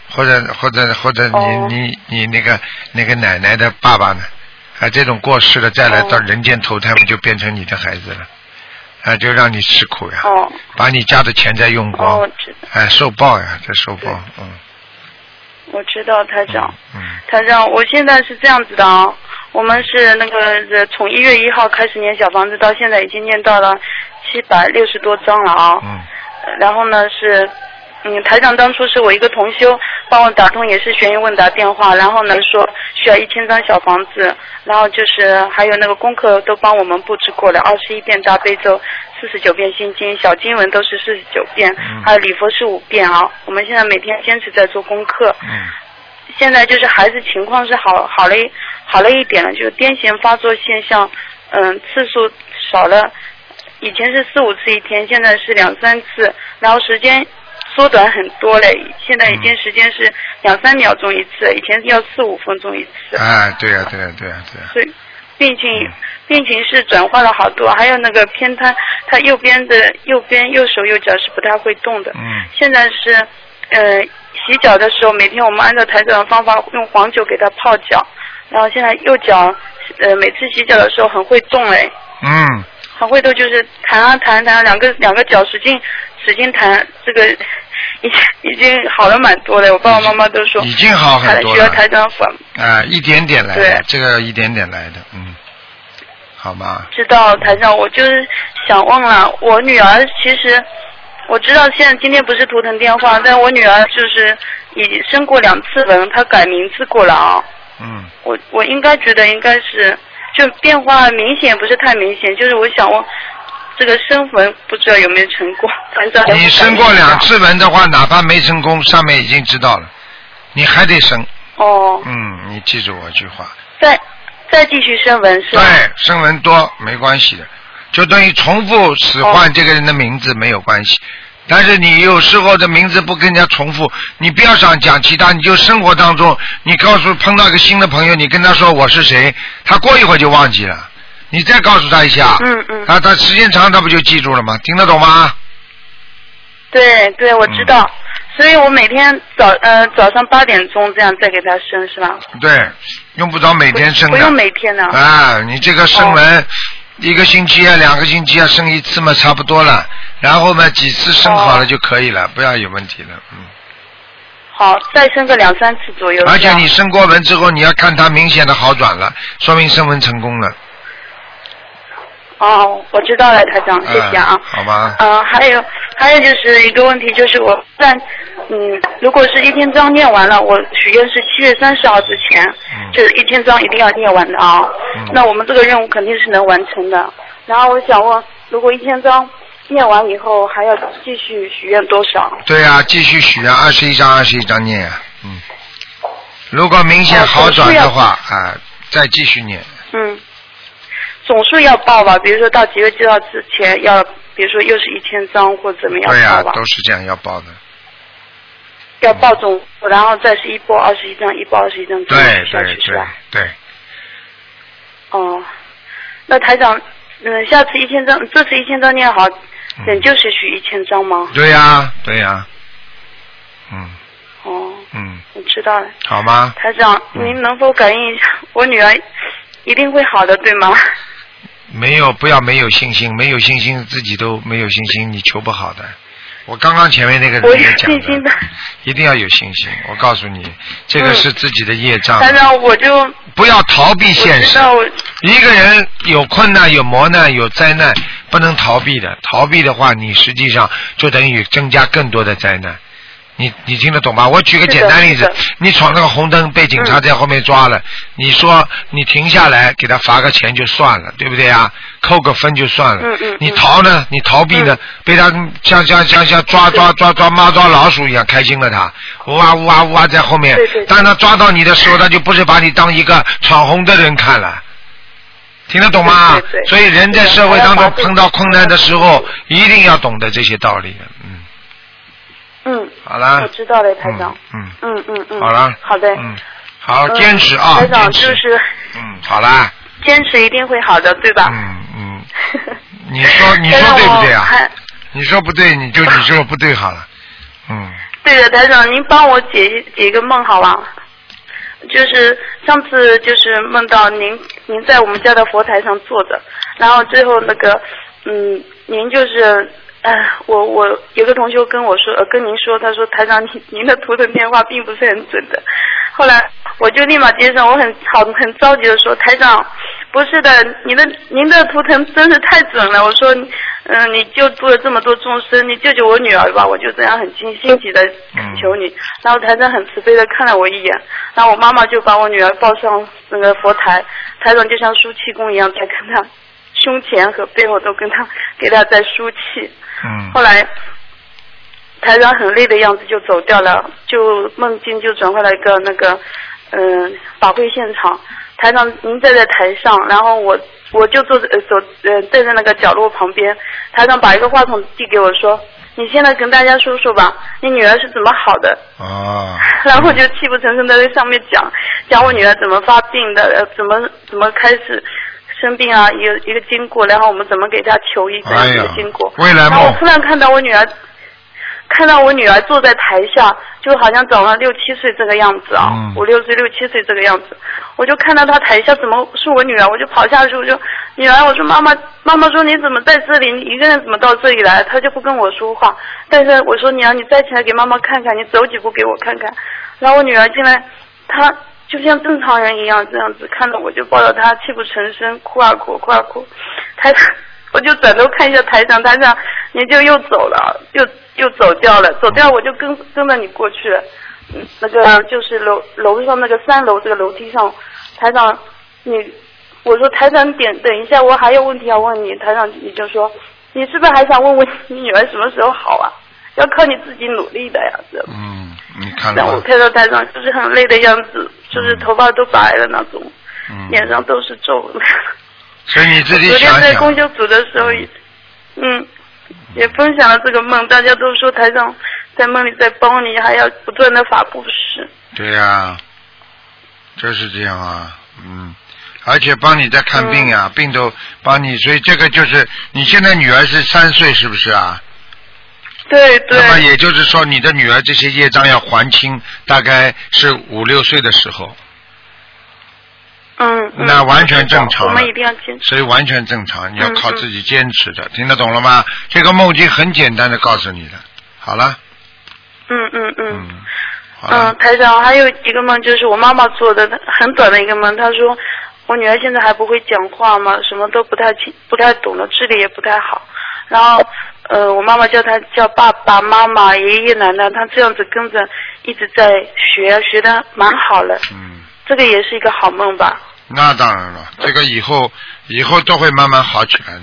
S2: 或者或者或者你、
S7: 哦
S2: 你你那个那个奶奶的爸爸呢，啊，这种过世了再来
S7: 哦
S2: 到人间投胎，不就变成你的孩子了？啊，就让你吃苦呀，
S7: 哦
S2: 把你家的钱再用
S7: 哦，
S2: 光，
S7: 我知
S2: 哎，受报呀，这受报，嗯，
S7: 我知道台长。
S2: 嗯，
S7: 台长，我现在是这样子的啊，我们是那个呃从一月一号开始念小房子，到现在已经念到了七百六十多章了啊。
S2: 嗯
S7: 呃然后呢是，嗯，台长当初是我一个同修帮我打通，也是悬疑问答电话，然后呢说需要一千张小房子，然后就是还有那个功课都帮我们布置过了，二十一遍大悲咒，四十九遍心经，小经文都是四十九遍
S2: 嗯，
S7: 还有礼佛是五遍啊。我们现在每天坚持在做功课，
S2: 嗯
S7: 现在就是孩子情况是好好了一好了一点了，就是癫痫发作现象，嗯，次数少了，以前是四五次一天，现在是两三次，然后时间缩短很多嘞，现在已经时间是两三秒钟一次，以前要四五分钟一次，
S2: 哎，对呀、对呀、对呀、对呀、
S7: 所以病情病情是转换了好多，还有那个偏瘫，他右边的右边右手右脚是不太会动的，
S2: 嗯
S7: 现在是，呃，洗脚的时候，每天我们按照台长的方法用黄酒给他泡脚，然后现在右脚，呃，每次洗脚的时候很会动哎，
S2: 嗯，
S7: 很会动，就是弹啊弹啊弹啊，两个两个脚使劲使劲弹，这个 已经已经好了蛮多了。我爸爸妈妈都说
S2: 已经好很多
S7: 还需要
S2: 了，
S7: 台长法
S2: 啊，一点点来的
S7: 对，
S2: 这个一点点来的，嗯，好吗？
S7: 知道台上，我就是想问了，我女儿其实我知道现在今天不是图腾电话，但我女儿就是已生过两次文，她改名字过了啊、
S2: 嗯，
S7: 我我应该觉得应该是就变化明显不是太明显，就是我想问这个生文不知道有没有成果， 反正
S2: 你生过两次文的话，哪怕没成功，上面已经知道了，你还得生。
S7: 哦，
S2: 嗯，你记住我一句话，
S7: 再再继续生文是吧？
S2: 对，生文多没关系的，就等于重复使唤
S7: 哦
S2: 这个人的名字没有关系。但是你有时候的名字不跟人家重复，你不要想讲其他，你就生活当中，你告诉碰到一个新的朋友，你跟他说我是谁，他过一会儿就忘记了，你再告诉他一下，
S7: 嗯嗯
S2: 啊，他时间长他不就记住了吗？听得懂吗？
S7: 对对，我知道，
S2: 嗯
S7: 所以我每天早呃早上八点钟这样再给她生是吧？
S2: 对，用不着每天生
S7: 不
S2: 的。
S7: 用每天呢、
S2: 啊，你这个生文、
S7: 哦
S2: 一个星期啊，两个星期啊，生一次嘛，差不多了。然后嘛，几次生好了
S7: 哦
S2: 就可以了，不要有问题了。嗯，
S7: 好，再生个两三次左右。
S2: 而且
S7: 是吧
S2: 你生过文之后，你要看它明显的好转了，说明生文成功了。
S7: 哦，我知道了，台长，谢谢啊
S2: 嗯。好吧。
S7: 嗯、还有还有就是一个问题，就是我但嗯，如果是一天章念完了，我许愿是七月三十号之前，
S2: 嗯
S7: 就是一天章一定要念完的啊。
S2: 嗯
S7: 那我们这个任务肯定是能完成的。然后我想问，如果一天章念完以后还要继续许愿多少？
S2: 对啊，继续许啊，二十一张，二十一张念啊。嗯，如果明显
S7: 哦
S2: 好转
S7: 总是要
S2: 的话啊，再继续念。
S7: 嗯，总数要报吧，比如说到几月几号之前要，比如说又是一千张或怎么样
S2: 对啊
S7: 报，嗯吧，
S2: 都是这样要报的。
S7: 要报总，然后再是一波二十一张，一波二十一张这
S2: 对
S7: 样下
S2: 对
S7: 去是啊
S2: 对
S7: 吧？
S2: 对，
S7: 哦，那台长，嗯，下次一千张，这次一千张念好，
S2: 嗯
S7: 等就是许一千张吗？
S2: 对呀、对啊呀、嗯
S7: 哦，
S2: 嗯，
S7: 我知道了，
S2: 好吗？
S7: 台长，
S2: 嗯
S7: 您能否感应一下，我女儿一定会好的，对吗？
S2: 没有，不要没有信心，没有信心自己都没有信心，你求不好的。我刚刚前面那个
S7: 我
S2: 人
S7: 有
S2: 也讲
S7: 信心的
S2: 了，，一定要有信心。我告诉你，这个
S7: 嗯
S2: 是自己的业障，
S7: 台长，我就我
S2: 啊不要逃避现
S7: 知
S2: 实。
S7: 道我。
S2: 一个人有困难、有磨难、有灾难，不能逃避的。逃避的话，你实际上就等于增加更多的灾难。你你听得懂吗？我举个
S7: 是的
S2: 简单例子
S7: 是的，
S2: 你闯了个红灯被警察
S7: 嗯
S2: 在后面抓了，你说你停下来给他罚个钱就算了，对不对啊？扣个分就算了。
S7: 嗯嗯嗯嗯
S2: 你逃呢？你逃避呢？被他像像像像抓抓抓抓猫抓老鼠一样开心了他，呜啊呜啊呜啊在后面。
S7: 对对对
S2: 当他抓到你的时候，他就不是把你当一个闯红灯的人看了。听得懂吗？
S7: 对对对
S2: 所以人在社会当中碰到困难的时候，一定要懂得这些道理的。嗯，
S7: 嗯，
S2: 好啦
S7: 我。知道了，台长
S2: 嗯。嗯，
S7: 嗯嗯嗯。
S2: 好啦。
S7: 好的。
S2: 嗯，好，
S7: 嗯
S2: 坚持啊，
S7: 台长
S2: 坚
S7: 就
S2: 持。
S7: 是
S2: 嗯，好啦。
S7: 坚持一定会好的，对吧？
S2: 嗯嗯，你说你说对不对啊
S7: 哎台长我还
S2: 你说不对， 你就你说不对好了。嗯，
S7: 对的，台长，您帮我解一解一个梦好吧？就是上次就是梦到您，您在我们家的佛台上坐着，然后最后那个，嗯，您就是，哎，我我有个同学跟我说，呃，跟您说，他说台长，您您的图腾电话并不是很准的。后来我就立马接上，我很好很着急的说，台长，不是的，您的您的图腾真是太准了。我说，嗯，你救助了这么多众生，你救救我女儿吧。我就这样很心心急的
S2: 嗯
S7: 求你，然后台长很慈悲的看了我一眼，然后我妈妈就把我女儿抱上那个佛台，台长就像输气功一样在跟她胸前和背后都跟她给她在输气。
S2: 嗯
S7: 后来台长很累的样子就走掉了，就梦境就转回来一个那个，嗯、法会现场，台长您站在台上，然后我我就坐在呃走呃站在那个角落旁边，台长把一个话筒递给我说，你现在跟大家说说吧，你女儿是怎么好的，
S2: 啊，
S7: 然后我就泣不成声的在上面讲，讲我女儿怎么发病的，呃，怎么怎么开始生病啊，一个一个经过，然后我们怎么给她求医怎样
S2: 哎
S7: 一个
S2: 呀
S7: 经过。，
S2: 未来
S7: 然后我
S2: 梦
S7: 突然看到我女儿，看到我女儿坐在台下，就好像长了六七岁这个样子啊，
S2: 嗯
S7: 五六岁六七岁这个样子，我就看到她台下怎么是我女儿，我就跑下去，我就女儿，我说妈妈，妈妈说你怎么在这里，你一个人怎么到这里来？她就不跟我说话，但是我说女儿，你站起来给妈妈看看，你走几步给我看看。然后我女儿进来，她就像正常人一样这样子看到我就抱着她泣不成声，哭啊哭，哭啊哭。台长， 我就转头看一下台长，台长你就又走了，又又走掉了，走掉我就跟跟着你过去了。嗯，那个就是楼楼上那个三楼这个楼梯上，台长你，我说台长点等一下，我还有问题要问你，台长你就说你是不是还想问问你女儿什么时候好啊？要靠你自己努力的呀，这。
S2: 嗯，你看
S7: 但我
S2: 了吧，
S7: 看到台上就是很累的样子，就是头发都白了那种，
S2: 嗯，
S7: 脸上都是皱纹。
S2: 所以你自己
S7: 昨天
S2: 想
S7: 在公
S2: 想，
S7: 休组的时候也，嗯，也分享了这个梦，大家都说台上在梦里在帮你，还要不断的法布施。
S2: 对呀、就是这样啊，嗯，而且帮你在看病
S7: 嗯
S2: 呀、病都帮你，所以这个就是你现在女儿是三岁是不是啊？
S7: 对对
S2: 那么也就是说，你的女儿这些业障要还清，大概是五六岁的时候，
S7: 嗯，嗯
S2: 那完全正常
S7: 我们一定要坚持。
S2: 所以完全正常，你要靠
S7: 嗯嗯嗯
S2: 自己坚持的，听得懂了吗？这个梦境很简单的告诉你的，好了，
S7: 嗯嗯嗯。
S2: 嗯，好了
S7: 嗯，，台长，还有一个梦就是我妈妈做的，很短的一个梦。她说我女儿现在还不会讲话嘛，什么都不太清，不太懂了，智力也不太好。然后，呃，我妈妈叫她叫爸爸妈妈、爷爷奶奶，她这样子跟着一直在学，学的蛮好了。
S2: 嗯。
S7: 这个也是一个好梦吧？
S2: 那当然了，这个以后以后都会慢慢好起来的。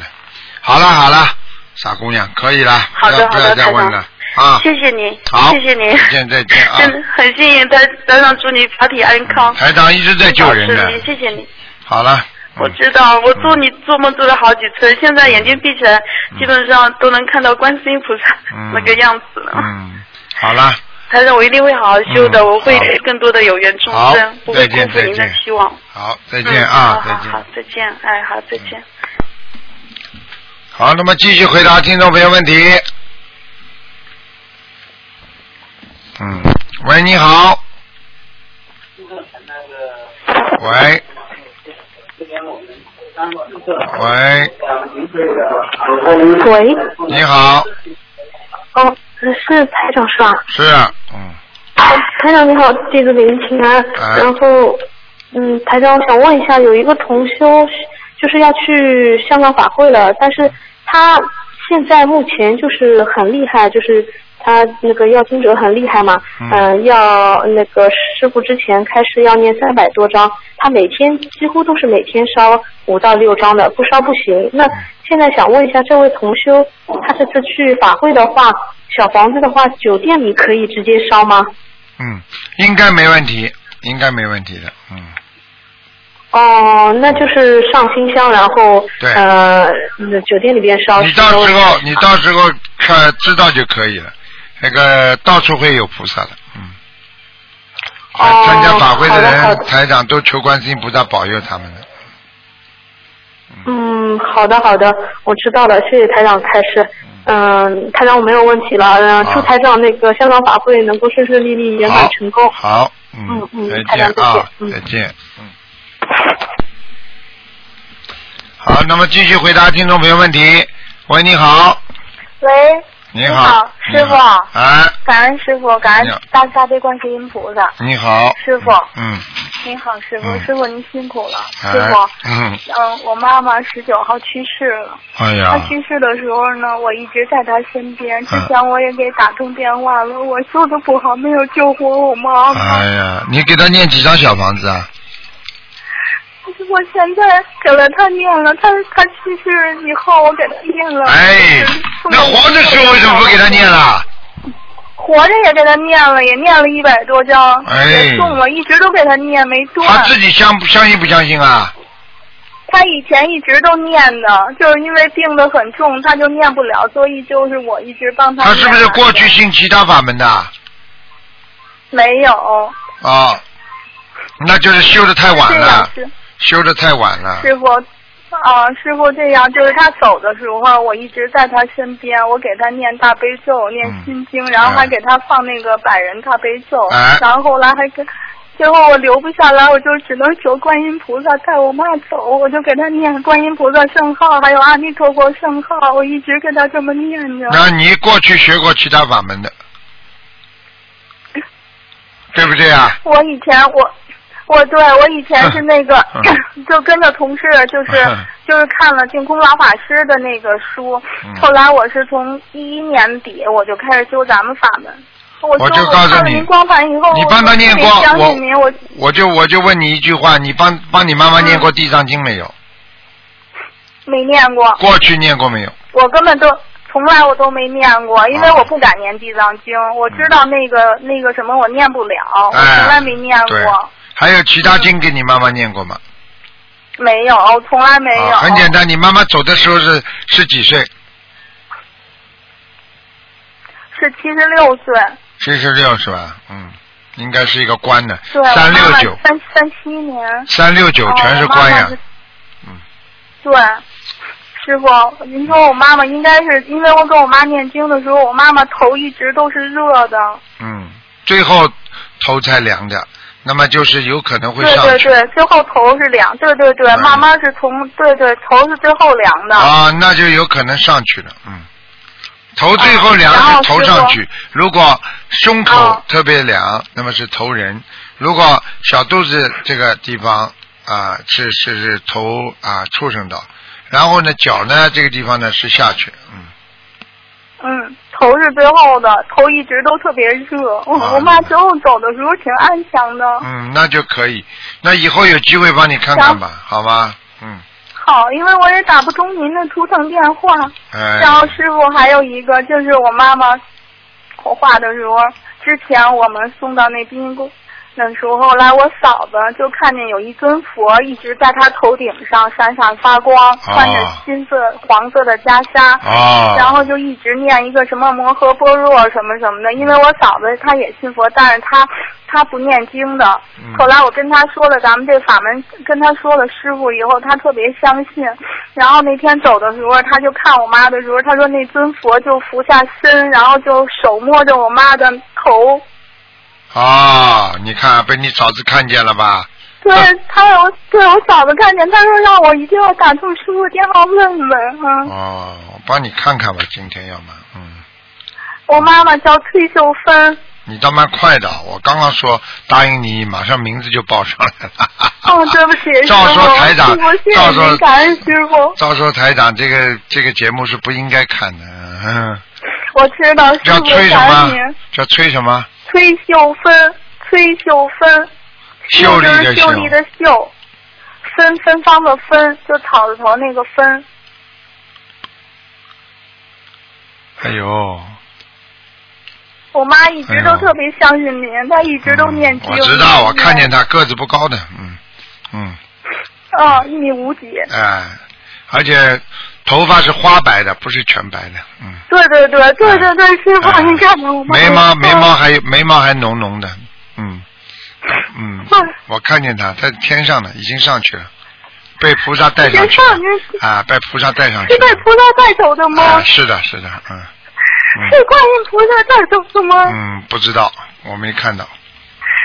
S2: 好了好了，傻姑娘，可以了，
S7: 好的
S2: 不要不
S7: 好
S2: 要
S7: 的
S2: 再问了啊。
S7: 谢谢您，
S2: 好，
S7: 谢谢您，
S2: 再见再见啊
S7: 真！的 很幸运，台台长祝你法体安康，
S2: 台长一直在救人
S7: 保持你
S2: 的，
S7: 谢谢你。
S2: 好了，嗯
S7: 我知道，我做你做梦做了好几次，现在眼睛闭起来，基本上都能看到观世音菩萨
S2: 嗯
S7: 那个样子了。
S2: 嗯，好了，
S7: 台长，我一定会好好修的，
S2: 嗯
S7: 我会
S2: 好
S7: 更多的有缘众
S2: 好
S7: 生，不
S2: 再
S7: 会辜
S2: 见
S7: 负您
S2: 再
S7: 的
S2: 见
S7: 期望。
S2: 好，再
S7: 再
S2: 见啊，
S7: 嗯好
S2: 再
S7: 好好
S2: 见。，
S7: 再见，哎，好，再见。
S2: 好，那么继续回答听众朋友问题。嗯，喂，你好。喂。喂，嗯
S6: 喂，
S2: 你好，
S6: 哦，是台长是吧？
S2: 是，嗯，
S6: 台长你好，弟子给您请安。
S2: 哎
S6: 然后，嗯，台长，我想问一下，有一个同修就是要去香港法会了，但是他现在目前就是很厉害，就是他那个要经者很厉害嘛，
S2: 嗯
S6: 嗯、要那个师傅之前开始要念三百多章，他每天几乎都是每天烧五到六章的，不烧不行。那现在想问一下，这位同修，他这次去法会的话，小房子的话，酒店里可以直接烧吗？
S2: 嗯，应该没问题，应该没问题的，嗯，
S6: 哦，那就是上新香，然后
S2: 对
S6: 呃，那酒店里边烧。
S2: 你到时
S6: 啊
S2: 候你到时候看知道就可以了，那个到处会有菩萨的，嗯，
S6: 哦
S2: 参加法会
S6: 好的好
S2: 人
S6: 的
S2: 台长都求观世音菩萨保佑他们的，
S6: 嗯，好的好的，我知道了，谢谢台长开示。嗯，台长我没有问题了。嗯、
S2: 好
S6: 祝台长那个香港法会能够顺顺利利，圆满
S2: 啊好
S6: 成功。
S2: 好，
S6: 嗯嗯
S2: 再
S6: 台
S2: 见
S6: 长
S2: 啊，
S6: 再见嗯
S2: 再见，嗯。好，那么继续回答听众朋友问题。喂，你好，
S8: 喂，
S2: 你
S8: 你好
S2: 你
S8: 师傅
S2: 好哎，
S8: 感恩师傅，感
S2: 你好
S8: 恩大慈大悲观世音菩萨。
S2: 你好，
S8: 师傅
S2: 嗯，
S8: 您好，师傅，
S2: 嗯
S8: 师傅您辛苦了，
S2: 哎
S8: 师傅。
S2: 嗯，
S8: 嗯，我妈妈十九号去世了。
S2: 哎呀，嗯
S8: 她去世的时候呢，我一直在她身边。之前我也给打通电话了，我做的不好，没有救活我妈妈。
S2: 哎呀，你给他念几张小房子啊？
S8: 我现在给了她念了，她她去世以后，我给她念了。
S2: 哎，那活的时候为什么不给他念？了？
S8: 活着也给他念了，也念了一百多章，
S2: 哎
S8: 也送了，一直都给他念没断。
S2: 他自己相不相信不相信啊？
S8: 他以前一直都念的，就是因为病得很重，他就念不了，所以就是我一直帮他
S2: 他
S8: 念。
S2: 是不是过去信其他法门的啊？
S8: 没有？
S2: 哦那就是修的太晚
S8: 这样
S2: 了，
S8: 是
S2: 修的太晚了。
S8: 师傅，啊、师傅这样，就是他走的时候，我一直在他身边，我给他念大悲咒，念
S2: 嗯
S8: 心经，然
S2: 啊
S8: 后还给他放那个百人大悲咒，
S2: 哎
S8: 然后后来还跟。最后我留不下来，我就只能求观音菩萨带我妈走，我就给他念观音菩萨圣号，还有阿弥陀佛圣号，我一直给他这么念着。
S2: 那你过去学过其他法门 的，对不对啊？
S8: 我以前我我对我以前是那个、
S2: 嗯
S8: 就跟着同事就是、
S2: 嗯
S8: 就是看了净空老法师的那个书，
S2: 嗯
S8: 后来我是从一一年底我就开始修咱们法门。我
S2: 我
S8: 说
S2: 就告诉
S8: 看了
S2: 你
S8: 您光盘以后，
S2: 你帮他念过
S8: 我特别相
S2: 我
S8: 信您，我
S2: 我就我就问你一句话，你帮帮你妈妈念
S8: 嗯
S2: 过《地藏经》没有？
S8: 没念过，
S2: 过去念过没有？
S8: 我根本都。从来我都没念过，因
S2: 啊
S8: 为我不敢念地藏经，我知道那个那个什么我念不了，我
S2: 哎
S8: 从来没念过
S2: 对，还有其他经给你妈妈念过吗？
S8: 没有，从来没有。
S2: 啊，很简单，你妈妈走的时候是是几岁？
S8: 是七十六岁，
S2: 七十六是吧？嗯，应该是一个官的，
S8: 对，我
S2: 三六
S8: 啊妈妈
S2: 九，
S8: 三三七年，
S2: 三六九
S8: 哦
S2: 全是官呀。。嗯
S8: 我妈妈是对，师傅，您说我妈妈应该是因为我跟我妈念经的时候，我妈妈头一直都是热的，
S2: 嗯，最后头才凉的，那么就是有可能会
S8: 对
S2: 上
S8: 对
S2: 去。
S8: 对，最后头是凉，对对对，
S2: 嗯
S8: 慢慢是从对对头是最后凉的。
S2: 啊，那就有可能上去了，嗯。头最后凉
S8: 啊然
S2: 是
S8: 后
S2: 头
S8: 师
S2: 上
S8: 傅
S2: 去，如果胸口
S8: 哦
S2: 特别凉，那么是头人；如果小肚子这个地方啊，是是是头啊畜生道，然后呢脚呢这个地方呢是下去，嗯。
S8: 嗯，头是最后的，头一直都特别热。我、
S2: 啊
S8: 我妈最后走的时候挺安详的。
S2: 嗯，那就可以。那以后有机会帮你看看吧，好吗？嗯，
S8: 好，因为我也打不通您的图腾电话。
S2: 哎
S8: 然，后师傅还有一个就是我妈妈火化的时候，之前我们送到那殡仪馆的时候，后来我嫂子就看见有一尊佛一直在她头顶上闪闪发光，穿着金色黄色的袈裟。
S2: 哦，
S8: 然后就一直念一个什么摩诃般若什么什么的，因为我嫂子她也信佛，但是她她不念经的
S2: 嗯。
S8: 后来我跟她说了咱们这法门，跟她说了师傅以后，她特别相信。然后那天走的时候，她就看我妈的时候，她说那尊佛就俯下身，然后就手摸着我妈的头。
S2: 哦，你看被你嫂子看见了吧？
S8: 对，她有对我嫂子看见，她说让我一定要打通师傅电话问问啊。
S2: 哦，我帮你看看吧，今天要么，嗯，
S8: 我妈妈叫崔秀芬。
S2: 你倒蛮快的，我刚刚说答应你，马上名字就报上来了。
S8: 哦，对不起，师
S2: 照
S8: 傅，
S2: 说台长
S8: 我谢
S2: 照
S8: 谢
S2: 说
S8: 您，感恩师傅。
S2: 照说台长，这个这个节目是不应该看的，嗯，
S8: 我知道师
S2: 叫
S8: 傅
S2: 催什
S8: 感
S2: 么
S8: 恩您。？
S2: 叫催什么？
S8: 崔秀芬，崔秀芬，
S2: 秀丽
S8: 就
S2: 的
S8: 是秀丽的秀，芬芬芳的芬，就草字头那个芬。
S2: 哎呦，
S8: 我妈一直
S2: 哎
S8: 都
S2: 呦嗯
S8: 特别相信您，她一直都念经。
S2: 我知道，我看见。他个子不高的，嗯嗯。
S8: 嗯，一米五几。
S2: 哎，而且头发是花白的，不是全白的，嗯。
S8: 对对对对对对，师
S2: 哎
S8: 傅，您看看我妈。
S2: 眉毛眉毛还眉毛还浓浓的，嗯嗯，我看见他在天上了，已经上去了，被菩萨带上
S8: 您
S2: 去
S8: 上
S2: 了
S8: 您
S2: 啊，被菩萨带上去
S8: 是被
S2: 了。
S8: 菩萨带走的吗？
S2: 啊，是的，是的，嗯
S8: 是观音菩萨带走的吗？
S2: 嗯，不知道，我没看到，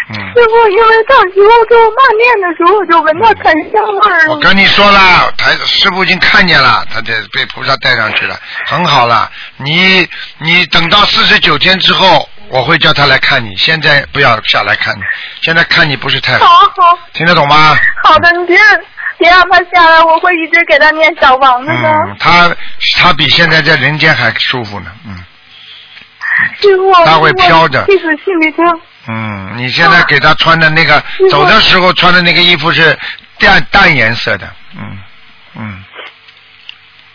S2: 嗯
S8: 师，傅，因为当时我给我妈念的时候，我就闻到檀香味儿
S2: 我
S8: 了。
S2: 跟你说了，台师傅已经看见了，他这被菩萨带上去了，很好了。你你等到四十九天之后，我会叫他来看你，现在不要下来看你，现在看你不是太
S8: 好
S2: 好，
S8: 好
S2: 听得懂吗？
S8: 好的，你别别让他下来，我会一直给他念小王子的。
S2: 嗯，他他比现在在人间还舒服呢。嗯
S8: 师傅，
S2: 他嗯会飘着
S8: 弟子心里头，
S2: 嗯，你现在给他穿的那个、
S8: 傅
S2: 走的时候穿的那个衣服是淡淡颜色的。嗯嗯，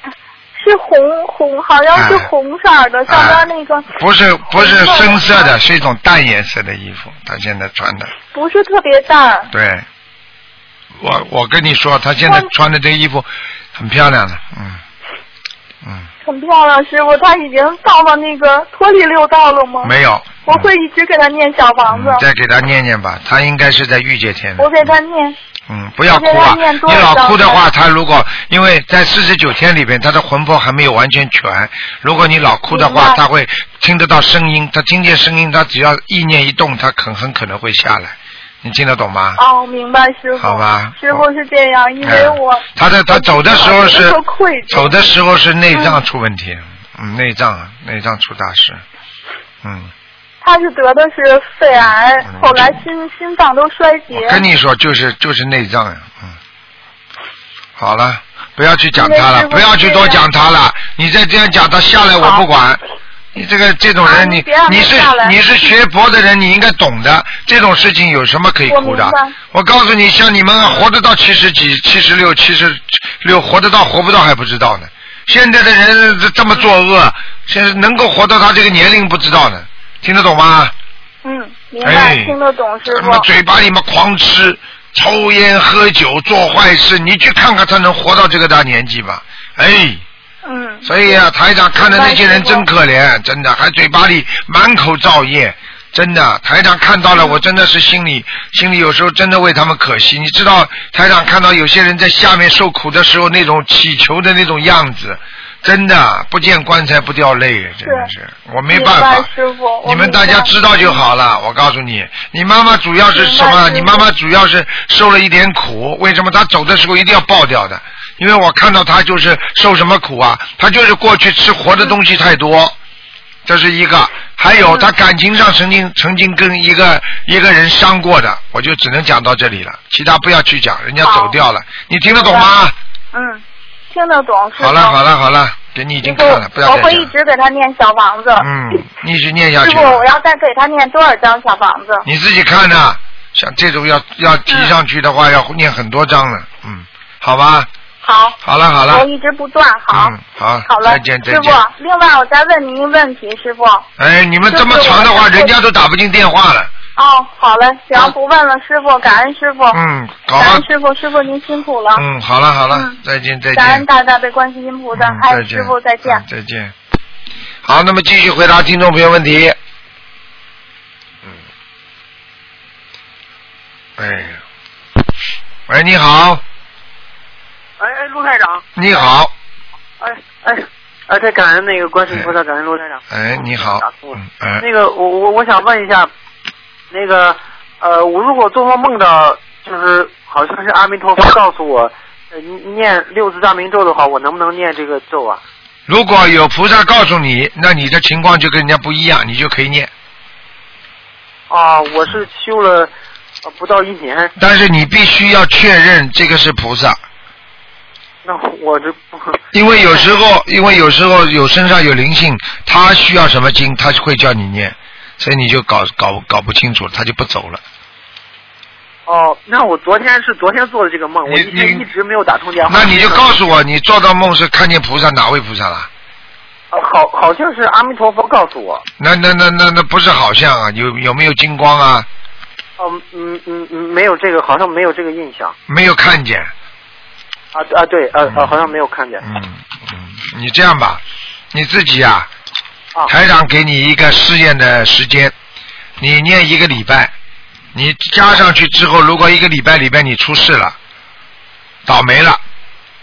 S8: 师是红红，好像是
S2: 哎
S8: 红色儿的，上边那个
S2: 不是不是
S8: 红色的
S2: 深色的，是一种淡颜色的衣服，他现在穿的。
S8: 不是特别淡。
S2: 对，我我跟你说，他现在穿的这衣服很漂亮的，嗯嗯，
S8: 很漂亮，师傅，他已经到了那个脱离六道了吗？
S2: 没有。
S8: 我会一直给他念小房子
S2: 嗯，再给他念念吧，他应该是在御界天的
S8: 我。给他念
S2: 嗯，不要哭啊！
S8: 我给他念多
S2: 你
S8: 少
S2: 老哭的话，
S8: 张
S2: 他如果因为在四十九天里边，他的魂魄还没有完全全，如果你老哭的
S8: 明
S2: 话，
S8: 白
S2: 他会听得到声音，他听见声音，他只要意念一动，他很很可能会下来。你听得懂吗？
S8: 哦，明白师傅。
S2: 好吧
S8: 师傅是这样，因为
S2: 嗯
S8: 我
S2: 他在他走的时候
S8: 我
S2: 是
S8: 有时候愧疚嗯
S2: 走的时候是内脏出问题，嗯，内脏啊，内脏出大事，嗯，
S8: 他是得的是肺癌
S2: 嗯，
S8: 后来心心脏都衰竭
S2: 我。跟你说就是就是内脏呀，嗯，好了，不要去讲他
S8: 因为
S2: 了
S8: 师，傅
S2: 不要去多讲他了，你再这样讲他下来我不管。你这个这种
S8: 啊
S2: 人，
S8: 你
S2: 你
S8: 别让他
S2: 你是
S8: 下来
S2: 你是学佛的人，你应该懂的。这种事情有什么可以
S8: 我
S2: 哭的
S8: 明白？
S2: 我告诉你，像你们啊活得到七十几、七十六、七十六，活得到活不到还不知道呢。现在的人这这么作恶，现在能够活到他这个年龄不知道呢，听得懂吗？
S8: 嗯，明白，
S2: 哎
S8: 听得懂师
S2: 什
S8: 傅
S2: 么。嘴巴里面狂吃、抽烟、喝酒、做坏事，你去看看他能活到这个大年纪吧？哎，
S8: 嗯，
S2: 所以啊，台长看的那些人真可怜，真的还嘴巴里满口造业，真的台长看到了，
S8: 嗯
S2: 我真的是心里心里有时候真的为他们可惜。你知道台长看到有些人在下面受苦的时候那种祈求的那种样子。真的不见棺材不掉泪，真的是我没办
S8: 明
S2: 法
S8: 白师傅我。
S2: 你们
S8: 明白
S2: 大家知道就好了。我告诉你，你妈妈主要是什
S8: 明白
S2: 么？
S8: 师傅
S2: 你妈妈主要是受了一点苦。为什么她走的时候一定要爆掉的？因为我看到他就是受什么苦啊，他就是过去吃活的东西太多，这是一个。还有
S8: 嗯
S2: 他感情上曾经曾经跟一个一个人伤过的，我就只能讲到这里了，其他不要去讲，人家走掉了，你听得懂吗？
S8: 嗯，听得懂师傅。
S2: 好了好了好了，给你已经
S8: 师
S2: 看了，不
S8: 傅，
S2: 要
S8: 我
S2: 再
S8: 会
S2: 讲
S8: 一
S2: 了。
S8: 直给他念小房子。
S2: 嗯，你去念下
S8: 师
S2: 去
S8: 傅，
S2: 吧。
S8: 我要再给他念多少张小房子？
S2: 你自己看呐、像这种要要提上去的话，要念很多章了，嗯，好吧，
S8: 嗯好，
S2: 好了好
S8: 我
S2: 了，
S8: 一直不断。好，
S2: 嗯，好，
S8: 好了，
S2: 再见再
S8: 师
S2: 见。
S8: 傅，另外我再问您一个问题，师傅。
S2: 哎，你们这么长的话，人家都打不进电话了。
S8: 哦，好了，行，不问了，师傅，感恩师傅，
S2: 嗯，好
S8: 感
S2: 好
S8: 恩，师傅，师傅您辛苦了，
S2: 嗯，好了好了
S8: 嗯，
S2: 再见再见。
S8: 感恩大大悲观世音菩萨
S2: 嗯，
S8: 哎
S2: 再，见
S8: 师傅再见
S2: 嗯。再见。好，那么继续回答听众朋友问题。嗯。哎。喂，你好，
S9: 哎哎，陆台长，
S2: 你好，
S9: 哎哎哎，太感恩那个观世音菩萨，感恩陆台长。
S2: 哎，你好
S9: 打错了，
S2: 嗯，哎，
S9: 那个，我我我想问一下，那个呃，我如果做梦梦到就是好像是阿弥陀佛告诉我，呃，念六字大明咒的话，我能不能念这个咒啊？
S2: 如果有菩萨告诉你，那你的情况就跟人家不一样，你就可以念。
S9: 啊，我是修了、呃不到一年，
S2: 但是你必须要确认这个是菩萨，
S9: 那我这不
S2: 因为有时候，因为有时候有身上有灵性，他需要什么经，他会叫你念，所以你就搞搞搞不清楚，他就不走了。
S9: 哦，那我昨天是昨天做的这个梦，我
S2: 你
S9: 一天
S2: 你
S9: 一直没有打通电话。
S2: 那你就告诉我，你做到梦是看见菩萨哪位菩萨了？
S9: 呃好，好像是阿弥陀佛告诉我。
S2: 那那那那那不是好像啊？有有没有金光啊？
S9: 哦，嗯嗯嗯，没有这个，好像没有这个印象。
S2: 没有看见。
S9: 啊啊，对，呃、呃，
S2: 嗯
S9: 好像没有看见。
S2: 嗯嗯，你这样吧，你自己啊，
S9: 啊
S2: 台长给你一个试验的时间，你念一个礼拜，你加上去之后，如果一个礼拜里边你出事了，倒霉了，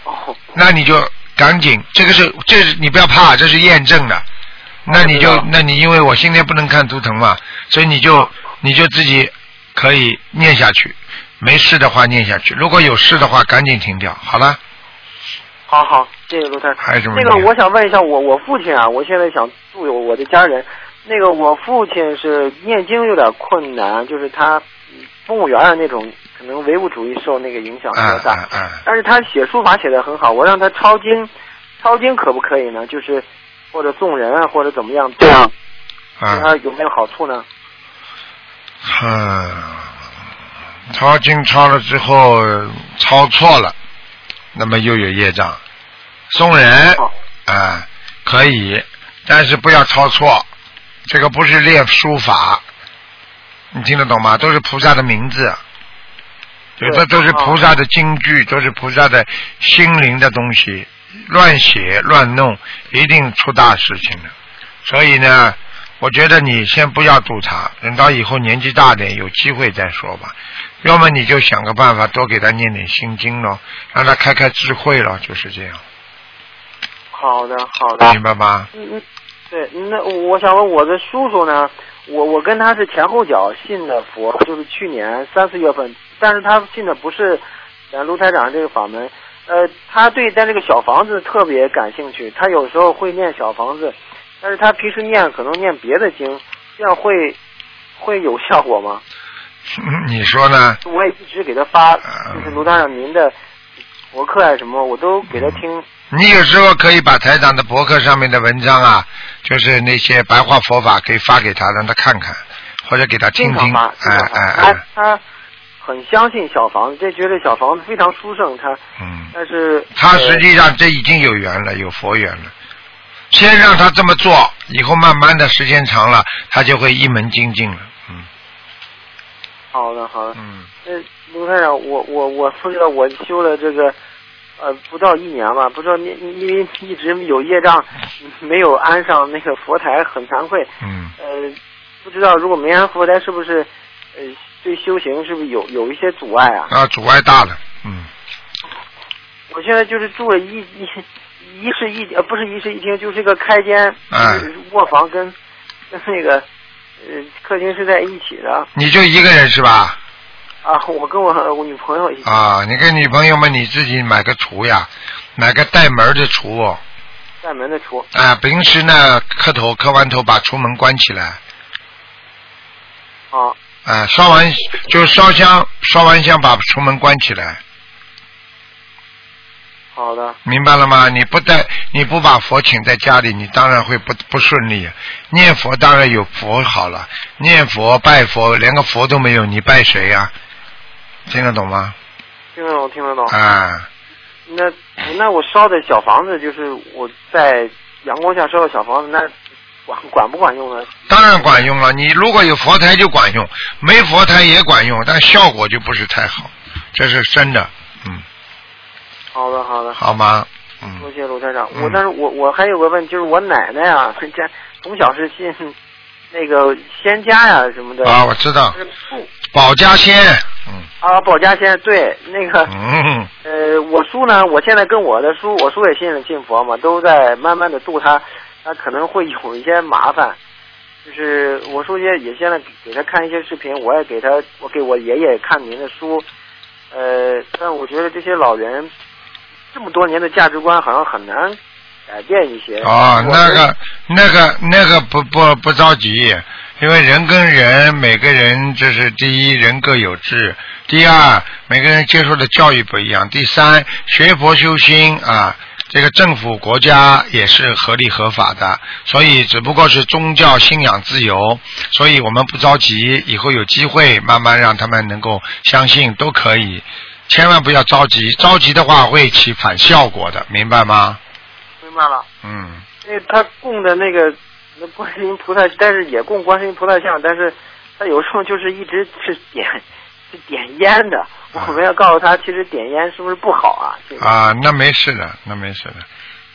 S9: 哦，
S2: 那你就赶紧，这个是这是你不要怕，这是验证的。那你
S9: 我知
S2: 就
S9: 道哦了
S2: 那你因为我今天不能看图腾嘛，所以你就你就自己可以念下去，没事的话念下去，如果有事的话赶紧停掉，好了。
S9: 好好，谢谢卢太
S2: 还有什么问
S9: 那
S2: 题
S9: 个我想问一下，我我父亲啊，我现在想助有我的家人。那个我父亲是念经有点困难，就是他嗯公务员的那种，可能唯物主义受那个影响比较
S2: 嗯
S9: 大。
S2: 嗯嗯。
S9: 但是他写书法写的很好，我让他抄经，抄经可不可以呢？就是或者送人啊，或者怎么样？对啊，对
S2: 啊。
S9: 他有没有好处呢？
S2: 嗯，抄经抄了之呃后抄错了，那么又有业障。送人
S9: 哦
S2: 啊、可以，但是不要抄错，这个不是练书法，你听得懂吗？都是菩萨的名字，有的都是菩萨的京剧，都是菩萨的心灵的东西，乱写乱弄，一定出大事情的。所以呢，我觉得你先不要赌他，等到以后年纪大点有机会再说吧。要么你就想个办法，多给他念点心经咯，让他开开智慧咯，就是这样，
S9: 好的，好的。
S2: 明白吗？
S9: 嗯嗯，对，那我想问我的叔叔呢？我我跟他是前后脚信的佛，就是去年三四月份，但是他信的不是咱卢台长这个法门，呃，他对在这个小房子特别感兴趣，他有时候会念小房子，但是他平时念可能念别的经，这样会会有效果吗？
S2: 你说呢？啊
S9: 我也一直给他发，就是卢台长您的博客啊什么，我都给他听。
S2: 你有时候可以把台长的博客上面的文章啊，就是那些白话佛法，可以发给他，让他看看，或者给他听
S9: 经常
S2: 听。
S9: 发，经
S2: 哎
S9: 常发。啊
S2: 哎
S9: 他
S2: 哎，
S9: 他很相信小房子，这觉得小房子非常殊胜。他，
S2: 嗯，
S9: 但是
S2: 他
S9: 呃
S2: 实际上这已经有缘了，有佛缘了。先让他这么做，以后慢慢的时间长了，他就会一门精进了。嗯
S9: 好的好的。
S2: 嗯，
S9: 那卢台长，我我我说知道，我修了这个呃不到一年吧，不知道您因为一直有业障，没有安上那个佛台，很惭愧。
S2: 嗯，
S9: 呃，不知道如果没安佛台，是不是呃对修行是不是有有一些阻碍啊？
S2: 啊，阻碍大了。嗯，
S9: 我现在就是住了一一一室一呃不是一室一厅，就是一个开间，
S2: 哎
S9: 就是卧房跟跟那个呃客厅是在一起的
S2: 你就一个人是吧？
S9: 啊。我跟我我女朋友一起
S2: 啊，你跟女朋友们你自己买个厨呀，买个带门儿的厨、哦
S9: 在门的厨
S2: 啊，平时呢磕头磕完头把厨门关起来，
S9: 啊
S2: 啊，烧完就烧香，烧完香把厨门关起来，
S9: 好的
S2: 明白了吗？你不带你不把佛请在家里，你当然会不不顺利。念佛当然有佛好了，念佛拜佛连个佛都没有，你拜谁呀、听得懂吗？
S9: 听得懂听得懂。
S2: 啊，
S9: 那那我烧的小房子就是我在阳光下烧的小房子，那管管不管用呢？
S2: 当然管用了。你如果有佛台就管用，没佛台也管用，但效果就不是太好，这是真的，嗯，
S9: 好的好的，
S2: 好吗？嗯。
S9: 多谢卢台长。
S2: 嗯
S9: 我但是我我还有个问题，就是我奶奶啊，家从小是信那个仙家呀、什么的
S2: 啊，我知道
S9: 就，是不
S2: 保家仙，嗯
S9: 啊，保家仙对那个
S2: 嗯，
S9: 呃，我叔呢，我现在跟我的叔，我叔也信信佛嘛，都在慢慢的度他，他可能会有一些麻烦。就是我叔也也现在给他看一些视频，我也给他，我给我爷爷也看您的书，呃，但我觉得这些老人这么多年的价值观好像很难改变一些。
S2: 哦，
S9: 我
S2: 那个那个那个不不不着急，因为人跟人每个人这是第一人各有志，第二每个人接受的教育不一样，第三学佛修心啊。这个政府国家也是合理合法的，所以只不过是宗教信仰自由，所以我们不着急，以后有机会慢慢让他们能够相信都可以，千万不要着急，着急的话会起反效果的，明白吗？
S9: 明白了，
S2: 嗯。
S9: 那个他供的那个那观世音菩萨，但是也供观世音菩萨像，但是他有时候就是一直是点是点烟的。我们要告诉他，其实点烟是不是不好啊？这个、
S2: 啊，那没事的，那没事的。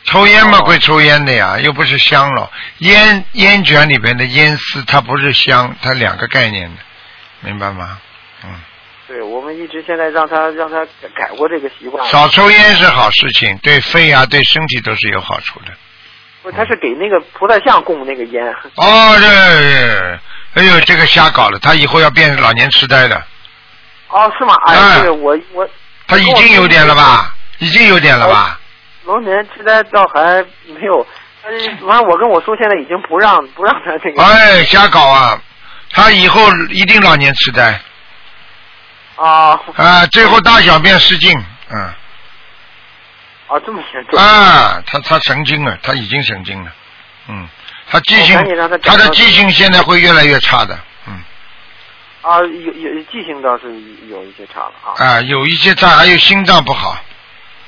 S2: 抽烟嘛，
S9: 哦
S2: 会抽烟的呀，又不是香了。烟烟卷里边的烟丝，它不是香，它两个概念的，明白吗？嗯，
S9: 对我们一直现在让他让他改过这个习惯。
S2: 少抽烟是好事情，对肺啊，对身体都是有好处的。
S9: 不是，他是给那个菩萨像供那个烟。
S2: 哦，这，哎呦，这个瞎搞了，他以后要变老年痴呆的，
S9: 哦，是吗？
S2: 哎
S9: 哎，这个我我
S2: 他已经有点了吧？已经有点了吧？
S9: 龙年痴呆倒还没有。但是反正我跟我叔现在已经不让不让他这个
S2: 哎，瞎搞啊！他以后一定老年痴呆
S9: 啊
S2: 啊，最后大小便失禁，嗯。
S9: 啊这么严重
S2: 啊，他他神经了，他已经神经了，嗯，他记性
S9: 我赶紧让他，找
S2: 他
S9: 到
S2: 的记性现在会越来越差的，嗯，
S9: 啊，有有记性倒是有一些差了
S2: 哎
S9: 啊。
S2: 啊，有一些他还有心脏不好，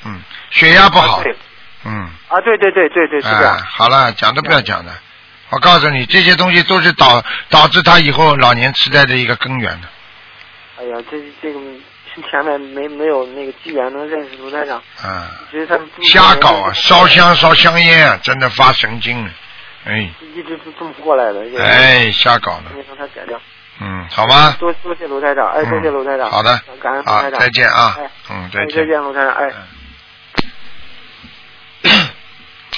S2: 嗯，血压不好
S9: 对，
S2: 嗯，
S9: 啊，对对对对对，是这样
S2: 啊。，好了，讲都不要讲了。我告诉你，这些东西都是导导致他以后老年痴呆的一个根源啊的。
S9: 哎呀，这这个前面没没有那个机缘能认识卢台长，
S2: 啊，
S9: 其实他们
S2: 瞎搞啊，烧香烧香烟啊，真的发神经了。哎，
S9: 一直是这么过来的。这个，
S2: 哎，瞎搞呢。
S9: 没让他改掉。
S2: 嗯，好吗？
S9: 多多谢卢台长，哎，多谢卢台长。
S2: 好的
S9: 感恩卢
S2: 好
S9: 台，长。
S2: 再见啊
S9: 哎，
S2: 嗯，
S9: 哎
S2: 再
S9: 再
S2: 见。
S9: 见，卢台长，哎。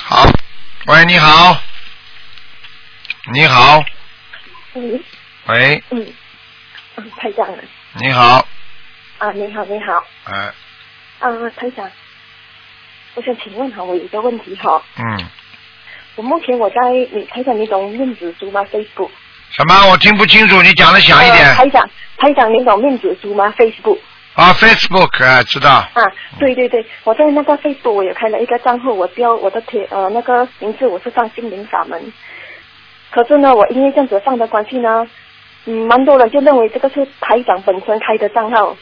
S2: 好，喂，你好，你好，
S10: 嗯
S2: 喂，
S10: 嗯，嗯，台长啊
S2: 你好，
S10: 啊，你好你好，
S2: 哎，
S10: 啊，台长，我想请问哈，我有一个问题哈，
S2: 嗯，
S10: 我目前我在你台长你懂面子书吗？Facebook，
S2: 什么？我听不清楚，你讲的响一
S10: 呃
S2: 点。
S10: 台长，台长你懂面子书吗？Facebook
S2: 啊，Facebook 啊，知道。
S10: 啊，对对对，我在那个 Facebook 我也开了一个账户，我标我的贴呃那个名字我是放心灵法门，可是呢，我因为这样子放的关系呢，嗯，蛮多人就认为这个是台长本身开的账号。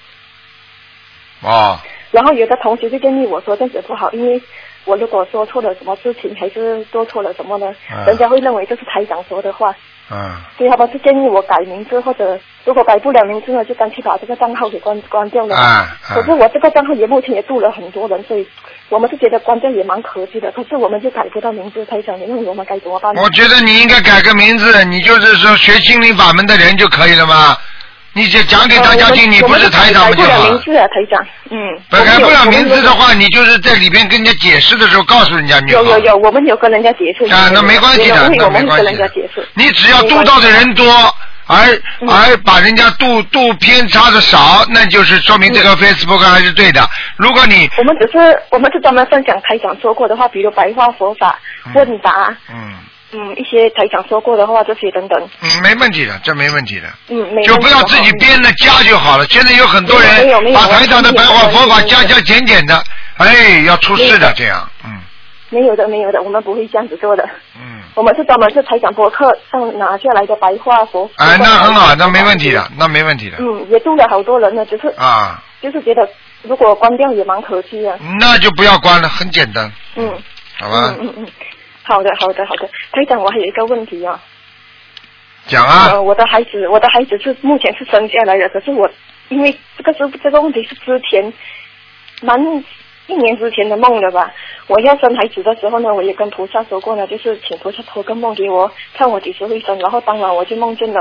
S2: 哦，
S10: 然后有的同学就建议我说这样子不好，因为我如果说错了什么事情，还是做错了什么呢，
S2: 嗯
S10: 人家会认为这是台长说的话，
S2: 嗯，
S10: 所以他们就建议我改名字，或者如果改不了名字呢，就干脆把这个账号给关关掉了。
S2: 啊
S10: 可是
S2: 啊，
S10: 我这个账号也目前也度了很多人，所以我们是觉得关掉也蛮可惜的。可是我们就改不到名字，台长，你问我们该怎么办？
S2: 我觉得你应该改个名字，你就是说学心灵法门的人就可以了嘛。你只讲给大家听，你
S10: 呃我
S2: 不
S10: 们
S2: 是台长
S10: 我
S2: 不
S10: 们
S2: 就
S10: 改不
S2: 好了
S10: 了名？字啊，台长。嗯，
S2: 改不了名字的
S10: 我
S2: 话，你就是在里边跟人家解释的时候告诉人家嗯你好
S10: 们有。有有有，我们有跟人家解释。
S2: 啊那没关系的
S10: 因为
S2: 那
S10: 我
S2: 没关系
S10: 们会跟
S2: 的
S10: 人家解释。
S2: 你只要度到的人多，而
S10: 嗯
S2: 而把人家度度偏差的少，那就是说明这
S10: 嗯
S2: 个 Facebook 还是对的。如果你
S10: 我们只是我们是专门分享台长说过的话，比如白话佛法、问答，
S2: 嗯
S10: 嗯，一些台长说过的话这些等等，
S2: 嗯没问题的，这没问题的。
S10: 嗯，没
S2: 就不要自己编了加就好了。现在有很多人
S10: 没有没有
S2: 把台长的白话佛法
S10: 没有没有
S2: 加加减减的，哎，要出事
S10: 没
S2: 的
S10: 有
S2: 这样。嗯
S10: 没有的没有的，我们不会这样子做的，
S2: 嗯，
S10: 我们是专门是台长博客上拿下来的白话佛。
S2: 哎，那很好，那没问题
S10: 的。
S2: 的，那没问题的
S10: 嗯，也度了好多人了，只是
S2: 啊，
S10: 就是觉得如果关掉也蛮可惜的。
S2: 那就不要关了，很简单，
S10: 嗯
S2: 好吧
S10: 嗯？嗯嗯，好的好的好的，台长，我还有一个问题啊。
S2: 讲啊，
S10: 呃，我的孩子，我的孩子是目前是生下来的，可是我因为这个是这个问题是之前蛮一年之前的梦了吧？我要生孩子的时候呢，我也跟菩萨说过呢，就是请菩萨托个梦给我，看我几时会生。然后当晚我就梦见了，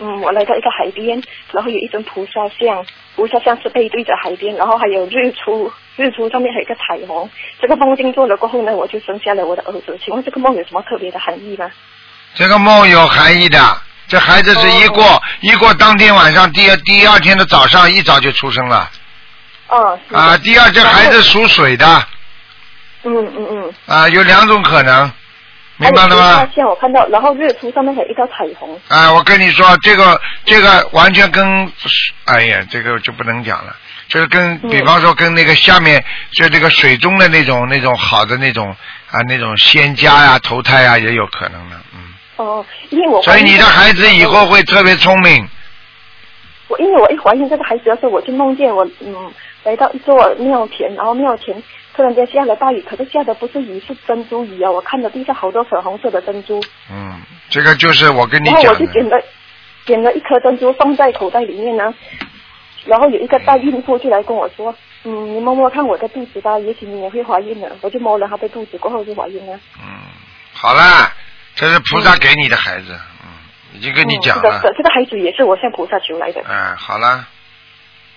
S10: 嗯，我来到一个海边，然后有一尊菩萨像，菩萨像是背对着海边，然后还有日出，日出上面还有一个彩虹。这个梦境做了过后呢，我就生下了我的儿子。请问这个梦有什么特别的含义吗？
S2: 这个梦有含义的。这孩子
S10: 哦
S2: 是一过、一过当天晚上，第二第二天的早上一早就出生了
S10: 啊是的
S2: 啊。第二，这
S10: 然后
S2: 孩子属水的
S10: 嗯嗯嗯，
S2: 啊，有两种可能，明白了
S10: 还有
S2: 吗
S10: 其他？线我看到，然后日出上面还有一道彩虹。
S2: 啊，我跟你说，这个这个完全跟，哎呀，这个就不能讲了，就是跟，
S10: 嗯
S2: 比方说跟那个下面就这个水中的那种那种好的那种啊那种仙家呀、投胎呀也有可能的，嗯。
S10: 哦，因为我
S2: 所以你的孩子以后
S10: 怀
S2: 会特别聪明，
S10: 孕我因为我一怀孕这个孩子的时候，我就梦见我嗯来到一座庙前，然后庙前突然间下了大雨，可是下的不是雨，是珍珠雨啊！我看到地上好多粉红色的珍珠，
S2: 嗯，这个就是我跟你
S10: 然后
S2: 讲
S10: 我
S2: 的
S10: 就。捡了捡了一颗珍珠放在口袋里面呢。然后有一个大孕妇就来跟我说，嗯，你摸摸看我的肚子吧，也许你也会怀孕的。我就摸了她的肚子，过后就怀孕了。
S2: 嗯，好啦，这是菩萨给你的孩子，嗯，已经跟你讲
S10: 嗯
S2: 了
S10: 这，个这个孩子也是我向菩萨求来的。
S2: 嗯，好啦，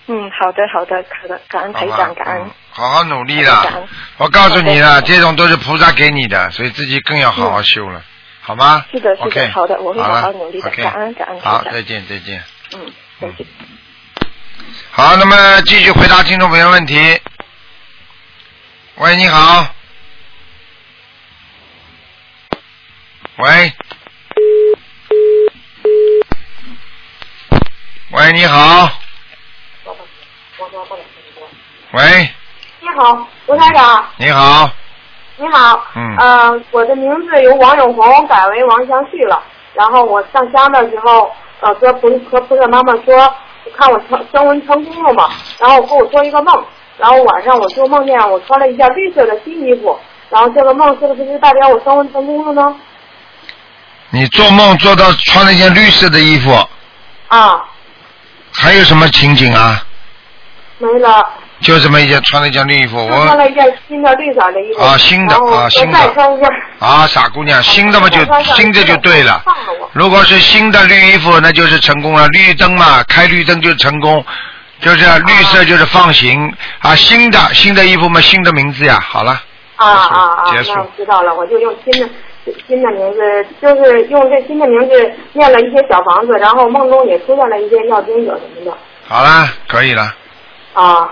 S10: 嗯，好的，好的，好的，感恩
S2: 好
S10: 台
S2: 吧
S10: 长，，感恩
S2: 嗯，，好好努力
S10: 感恩
S2: 啦。我告诉你
S10: 好
S2: 了，
S10: 的嗯
S2: 这种都是菩萨给你的，所以自己更要好好修了，好吗？
S10: 是的是的
S2: OK，
S10: 好嗯的我会
S2: 好
S10: 好好
S2: 了
S10: 努力的
S2: OK，
S10: 感恩感恩
S2: 好，
S10: 台长
S2: 再见，再见。
S10: 嗯，再见。
S2: 好，那么继续回答听众朋友问题。喂，你好。喂。喂，你好。喂，
S6: 你好，卢台长，
S2: 你好。
S6: 你好。
S2: 嗯
S6: 呃，我的名字由王永红改为王香旭了。然后我上香的时候，呃，跟菩和菩萨妈妈说，看我成升温成功了嘛。然后我跟我做一个梦，然后晚上我就梦见我穿了一件绿色的新衣服，然后这个梦是不是就代表我生活成功了呢？
S2: 你做梦做到穿了一件绿色的衣服，
S6: 啊，
S2: 还有什么情景啊？
S6: 没了，
S2: 就这么一件穿了一件绿衣服，
S6: 又穿
S2: 我
S6: 了一件新的绿色的衣服。
S2: 啊新的
S6: 然后
S2: 啊
S6: 我
S2: 新的
S6: 再穿一件。
S2: 啊傻姑娘，新的嘛就
S6: 我穿上
S2: 新的就对了。
S6: 放了我。
S2: 如果是新的绿衣服，那就是成功了。绿灯嘛，开绿灯就是成功，就是绿色就是放行啊。新的新的衣服嘛，新的名字呀。好了，
S6: 啊啊啊！
S2: 结束
S6: 那我知道了，我就用新的新的名字，就是用这新的名字念了一些小房子，然后梦中也出现了一些要经者什么的。
S2: 好了，可以了。
S6: 啊，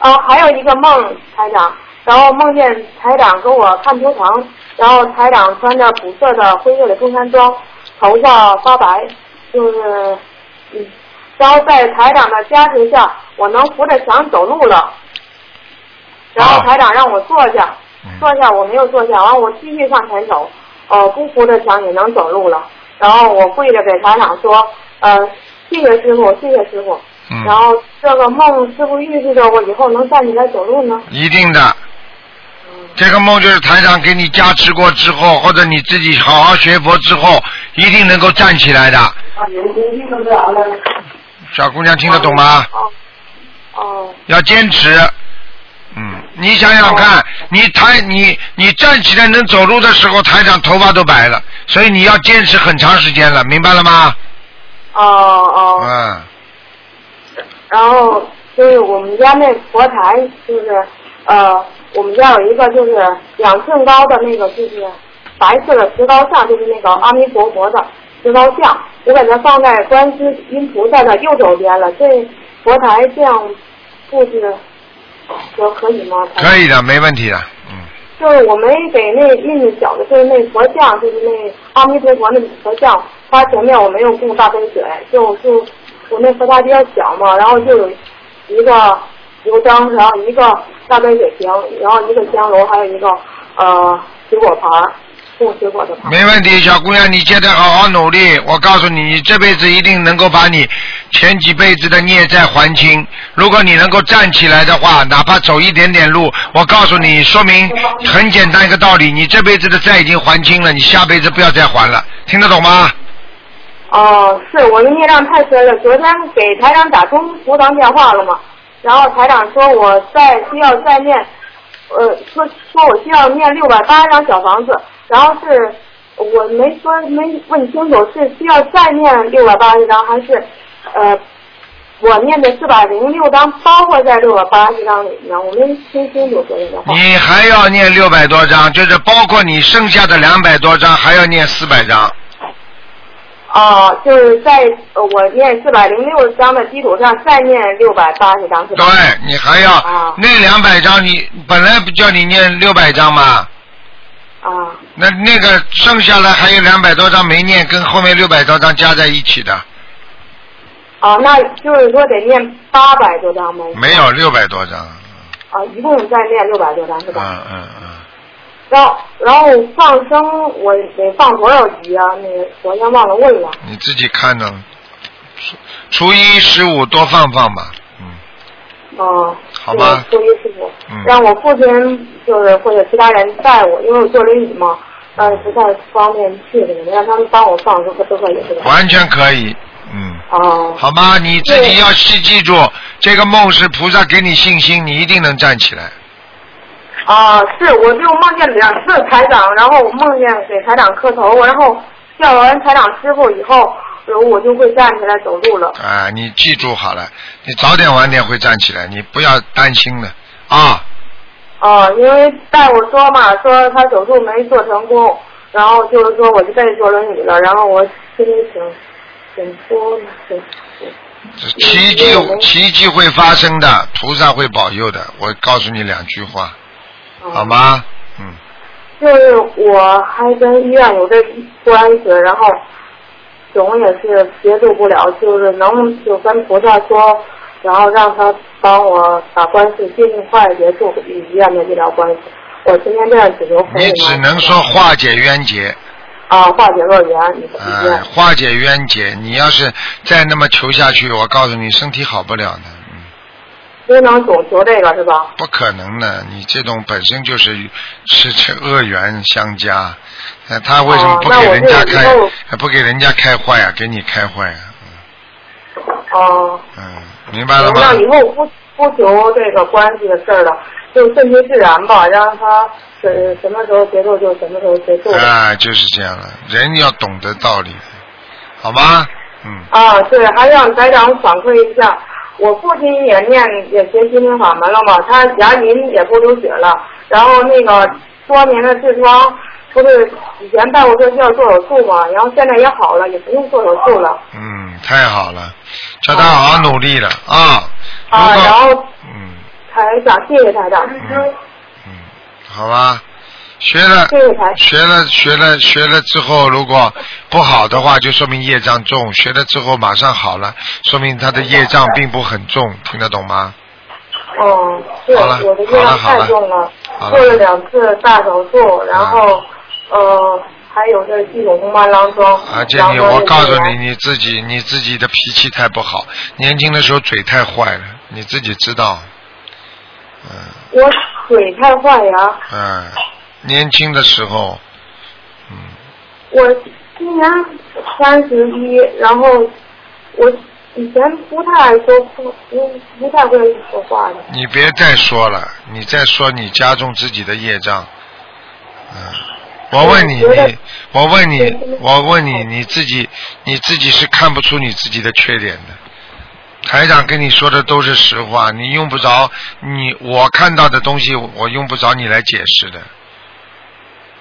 S6: 啊，还有一个梦，台长，然后梦见台长给我看图腾，然后台长穿着古色的灰色的中山装，头发发白，就是，嗯，然后在台长的加持下，我能扶着墙走路了，然后台长让我坐下，坐下我没有坐下，完我继续向前走，呃，不扶着墙也能走路了，然后我跪着给台长说，呃，谢谢师傅，谢谢师傅。
S2: 嗯
S6: 然后这个梦是不是预示着我以后能站起来走路呢？
S2: 一定的。这个梦就是台长给你加持过之后，或者你自己好好学佛之后，一定能够站起来的。小姑娘听得懂吗？
S6: 哦，
S2: 要坚持。嗯，你想想看，你台你你站起来能走路的时候，台长头发都白了，所以你要坚持很长时间了，明白了吗？
S6: 哦哦，
S2: 嗯，
S6: 然后就是我们家那佛台，就是呃，我们家有一个就是两寸高的那个就是白色的石膏像，就是那个阿弥陀佛的石膏像，我给它放在观世音菩萨的右手边了。这佛台这样布置，说可以吗？
S2: 可以的，没问题的。嗯
S6: 就是我没给那那么小的，就是那佛像，就是那阿弥陀佛那佛像，它前面我没有供大杯水，就就我那佛台比较小嘛，然后就有一个油灯，然后一个大杯水瓶，然后一个香炉，还有一个呃水果盘儿，供水果的盘儿。
S2: 没问题，小姑娘，你现在好好努力，我告诉你，你这辈子一定能够把你前几辈子的孽债还清。如果你能够站起来的话，哪怕走一点点路，我告诉你，说明很简单一个道理，你这辈子的债已经还清了，你下辈子不要再还了，听得懂吗？
S6: 哦，是我的孽障太深了。昨天给台长打通无偿电话了嘛，然后台长说我再需要再念，呃，说说我需要念六百八十张小房子，然后是我没说没问清楚是需要再念六百八十张还是呃我念的四百零六张包括在六百八十张里面，我没听清楚说的话。
S2: 你还要念六百多章，就是包括你剩下的两百多章，还要念四百章。
S6: 哦，就是在呃我念四百零六张的基础上再念六百八十张是吧？
S2: 对你还要、那两百章你，本来不叫你念六百章吗？
S6: 啊。
S2: 那那个剩下来还有两百多章没念，跟后面六百多章加在一起的，
S6: 哦，那就是说得念八百多张呗。
S2: 没有六百多章。
S6: 啊，一共再念六百多张是吧？
S2: 嗯嗯嗯，
S6: 然后然后放生我得放多少集啊？那个昨天忘了问了。
S2: 你自己看着，初初一十五多放放吧，
S6: 哦、
S2: 好吧
S6: 对初一十五
S2: 嗯，
S6: 让我父亲就是或者其他人带我，因为我坐轮椅嘛，嗯、不太方便去什么的，让他们帮我放都可都可以是吧？
S2: 完全可以。嗯，
S6: 哦、
S2: 好吗？你自己要记记住，这个梦是菩萨给你信心，你一定能站起来。
S6: 啊，是，我就梦见两次台长，然后我梦见给台长磕头，然后叫完台长师傅以后，然后我就会站起来走路了。
S2: 啊，你记住好了，你早点晚点会站起来，你不要担心的啊。
S6: 哦，因为大夫说嘛，说他手术没做成功，然后就是说我就被坐轮椅了，然后我心里挺挺多的，挺
S2: 奇迹奇迹会发生的，菩萨会保佑的。我告诉你两句话，
S6: 哦
S2: 好吗？
S6: 就是我还跟医院有这官司，然后总也是协助不了，就是能就跟菩萨说，然后让他帮我把官司尽快结束与医院的医疗官司。我今天这样请求可以
S2: 你
S6: 吗？
S2: 只能说化解冤结，
S6: 啊，化解恶缘，你
S2: 哎、化解冤结。你要是再那么求下去，我告诉你，身体好不了的。
S6: 不能总求这个是吧？
S2: 不可能的，你这种本身就是是是恶缘相加，那他为什么不给
S6: 哦那我
S2: 人家
S6: 就以
S2: 开呃
S6: 后，
S2: 不给人家开坏啊？给你开坏啊？
S6: 哦、
S2: 明白了吗？
S6: 那以后不不求这个关系的事儿了，就顺其自然吧，让他呃什什么时候结束就什么时候结束。
S2: 啊，就是这样了，人要懂得道理，好吗？嗯，
S6: 啊，对，还让台长反馈一下，我父亲也念也学心灵法门了嘛，他牙龈也不流血了，然后那个多年的痔疮，不是以前办过这需要做手术嘛，然后现在也好了，也不用做手术了。
S2: 嗯，太好了，叫他好好努力了啊，
S6: 啊，然后
S2: 嗯，
S6: 台长，谢谢台长。
S2: 好吧。学了，学了，学了，学了之后，如果不好的话，就说明业障重；学了之后马上好了，说明他的业障并不很重，听得懂吗？
S6: 嗯，对，
S2: 好了
S6: 我的月
S2: 好了
S6: 亮
S2: 好
S6: 太
S2: 了
S6: 重了，
S2: 好了
S6: 做了两次大手术，然后、呃还有这一种红斑狼疮，
S2: 而且
S6: 然
S2: 你，
S6: 后
S2: 啊我
S6: 就
S2: 告诉
S6: 是
S2: 你，你自己你自己的脾气太不好，年轻的时候嘴太坏了，你自己知道。
S6: 我腿太坏呀，
S2: 嗯，年轻的时候，
S6: 我今年三十一，然后我以前不太爱说不不不太会说话的，
S2: 你别再说了，你再说你加重自己的业障。嗯，我问你，
S6: 我觉得
S2: 你我问你，我问你，你自己你自己是看不出你自己的缺点的。台长跟你说的都是实话，你用不着你我看到的东西，我用不着你来解释的。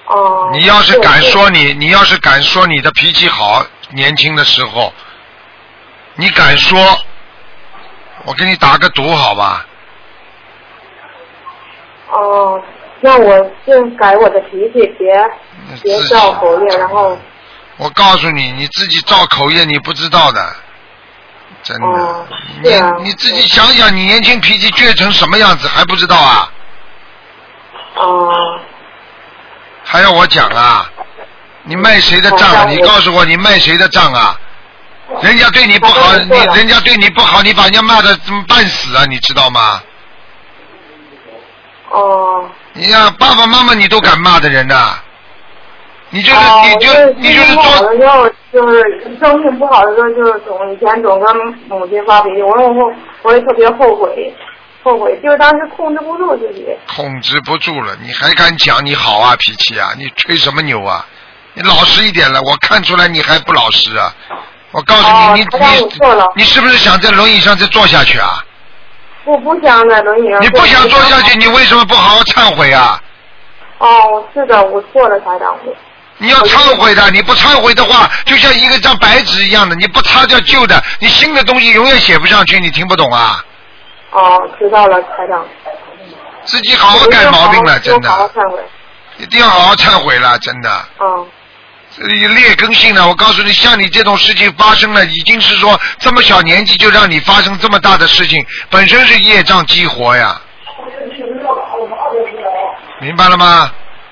S6: 哦、
S2: 嗯你要是
S6: 对
S2: 敢
S6: 对
S2: 说你，你要是敢说你的脾气好，年轻的时候，你敢说，我给你打个赌好吧？
S6: 哦、那我就改我的脾气，别别造口业，然后
S2: 我告诉你，你自己造口业你不知道的，真的。
S6: 对啊
S2: 你你自己想想，你年轻脾气倔成什么样子还不知道啊？
S6: 哦、
S2: 还要我讲啊？你卖谁的账啊？
S6: 好的
S2: 你
S6: 哦我
S2: 告诉我，你卖谁的账啊？人家对你不好，
S6: 我知
S2: 你
S6: 道了
S2: 人家对你不好，你把人家骂的半死啊，你知道吗？
S6: 哦、
S2: 你呀、爸爸妈妈你都敢骂的人呐、你就是、
S6: 哦
S2: 你就你就是
S6: 心情不好
S2: 说
S6: 的时候，就是生病不好的时候，就是总以前总跟母亲发脾气，我我后我也特别后悔，后悔就是当时控制不住自己。
S2: 控制不住了，你还敢讲你好啊脾气啊？你吹什么牛啊？你老实一点了，我看出来你还不老实啊！我告诉你，
S6: 哦
S2: 你
S6: 台长我
S2: 你
S6: 错了
S2: 你是不是想在轮椅上再坐下去啊？
S6: 我不想在轮椅上。
S2: 你不想坐下去，你为什么不好好忏悔啊？
S6: 哦，是的，我错了，台长。我
S2: 你要忏悔的，你不忏悔的话，就像一个张白纸一样的，你不擦掉旧的，你新的东西永远写不上去，你听不懂啊？
S6: 哦，知道了，台长。
S2: 自己好好改毛病了，真
S6: 我好好
S2: 的，
S6: 忏悔。
S2: 一定要好好忏悔了，真的。
S6: 嗯。
S2: 这劣根性呢，我告诉你，像你这种事情发生了，已经是说这么小年纪就让你发生这么大的事情，本身是业障激活呀，明白了吗？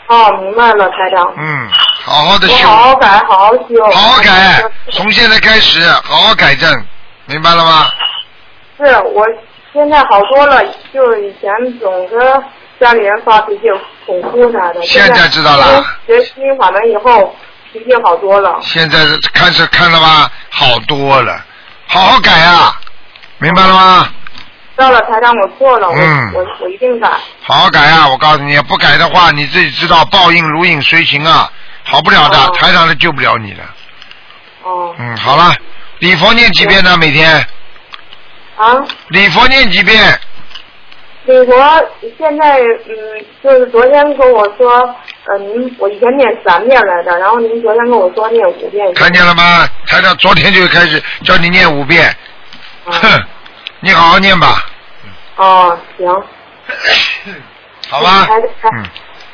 S6: 哦，明白了，台长。
S2: 嗯，好好的
S6: 我
S2: 修，
S6: 好好改，好好修。
S2: 好好改，从现在开始好好改正，明白了吗？
S6: 是我现在好多了，就是以前总跟家里人发脾气、哄哭啥的。
S2: 现在知道了。
S6: 学心灵法门以后，脾气好多了。
S2: 现在看是看了吧，好多了，好好改啊，明白了吗？
S6: 知道了，台长，我错了，我、
S2: 嗯
S6: 我我一定改。
S2: 好好改啊！我告诉你，不改的话，你自己知道报应如影随形啊，好不了的，
S6: 哦
S2: 台长都救不了你的。
S6: 哦。
S2: 嗯，好了，礼佛念几遍呢？每天
S6: 啊，
S2: 礼佛念几遍？
S6: 美国现在嗯，就是昨天跟我说，呃，您我以前念三遍来的，然后您昨天跟我说念五遍。
S2: 看见了吗？台长昨天就开始叫你念五遍，哼，你好好念吧，
S6: 哦，行，
S2: 好吧？
S6: 台台
S2: 嗯，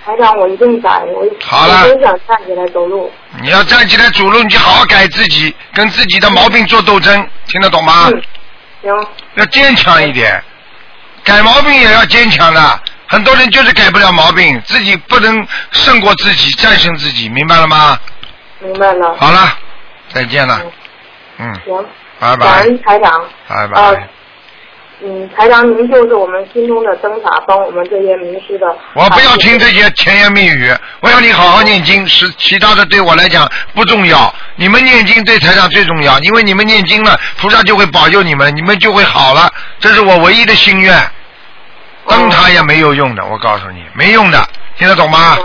S6: 台长，我一定改，我
S2: 好了
S6: 我真想站起来走路。
S2: 你要站起来走路，你就好好改自己，跟自己的毛病做斗争，听得懂吗？
S6: 行，
S2: 要坚强一点，改毛病也要坚强的。很多人就是改不了毛病，自己不能胜过自己，战胜自己，明白了吗？
S6: 明白了。
S2: 好了，再见了，嗯，
S6: 行，
S2: 拜
S6: 感
S2: 拜，
S6: 恩台长。
S2: 拜
S6: 啊
S2: 拜。
S6: 嗯，台长您就是我们心中的灯塔，帮我们这些迷失的。啊
S2: 我不要听这些甜言蜜语，我要你好好念经，是其他的对我来讲不重要。你们念经对台长最重要，因为你们念经了，菩萨就会保佑你们，你们就会好了。这是我唯一的心愿，灯塔也没有用的，我告诉你，没用的，听得懂吗？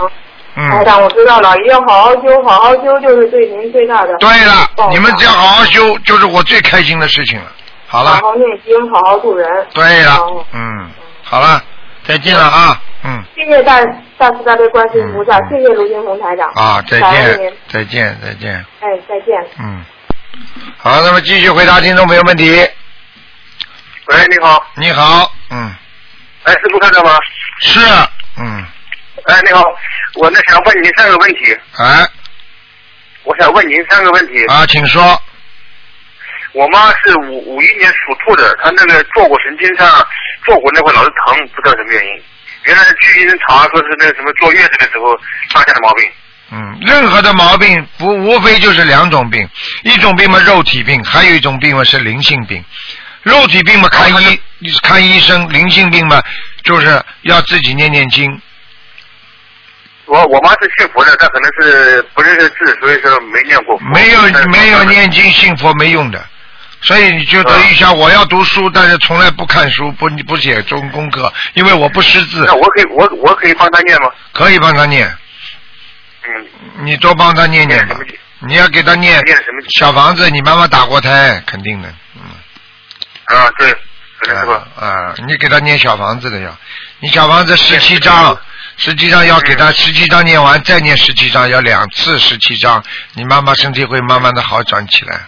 S2: 嗯。
S6: 台长，我知道了，一定要好好修，好好修就是对您最大的。
S2: 对了，
S6: 哦
S2: 你们只要好好修，就是我最开心的事情了。好了，
S6: 好好念经，好好度人。
S2: 对了
S6: 好，
S2: 嗯，好了，再见了啊，嗯，
S6: 谢谢大大慈大悲观世音菩萨，谢谢卢金红台长。
S2: 啊，再
S6: 嗯感恩您
S2: 见，再见，再见，
S6: 哎，再见。
S2: 嗯。好，那么继续回答听众朋友问题。
S11: 喂，你好，
S2: 你好，嗯，
S11: 哎，是陆探长吗？
S2: 是，嗯，
S11: 哎，你好，我那想问您三个问题，
S2: 哎，
S11: 我想问您三个问题。
S2: 啊，请说，
S11: 我妈是五五一年属兔的，她那个坐骨神经上坐骨那块老是疼，不知道什么原因。原来去医生查说是那个什么坐月子的时候发现的毛病。
S2: 嗯，任何的毛病不无非就是两种病，一种病嘛肉体病，还有一种病嘛是灵性病。肉体病嘛看医看医生，灵性病嘛就是要自己念念经。
S11: 我我妈是信佛的，她可能是不认识字，所以说没念过佛。啊
S2: 没有
S11: 但是
S2: 没有念经信佛没用的，所以你就等
S11: 嗯
S2: 于想我要读书，但是从来不看书，不不写中功课，因为我不识字。
S11: 那我可以我我可以帮她念吗？
S2: 可以帮他念，
S11: 嗯，
S2: 你多帮他念念吧。你要给他念
S11: 念什么经
S2: 小房子，你妈妈打过胎，肯定的。
S11: 啊，对，可能是吧。
S2: 啊，你给他念小房子的要，你小房子十七章，十七章要给
S11: 嗯
S2: 他十七章念完，再念十七章，要两次十七章，你妈妈身体会慢慢的好转起来。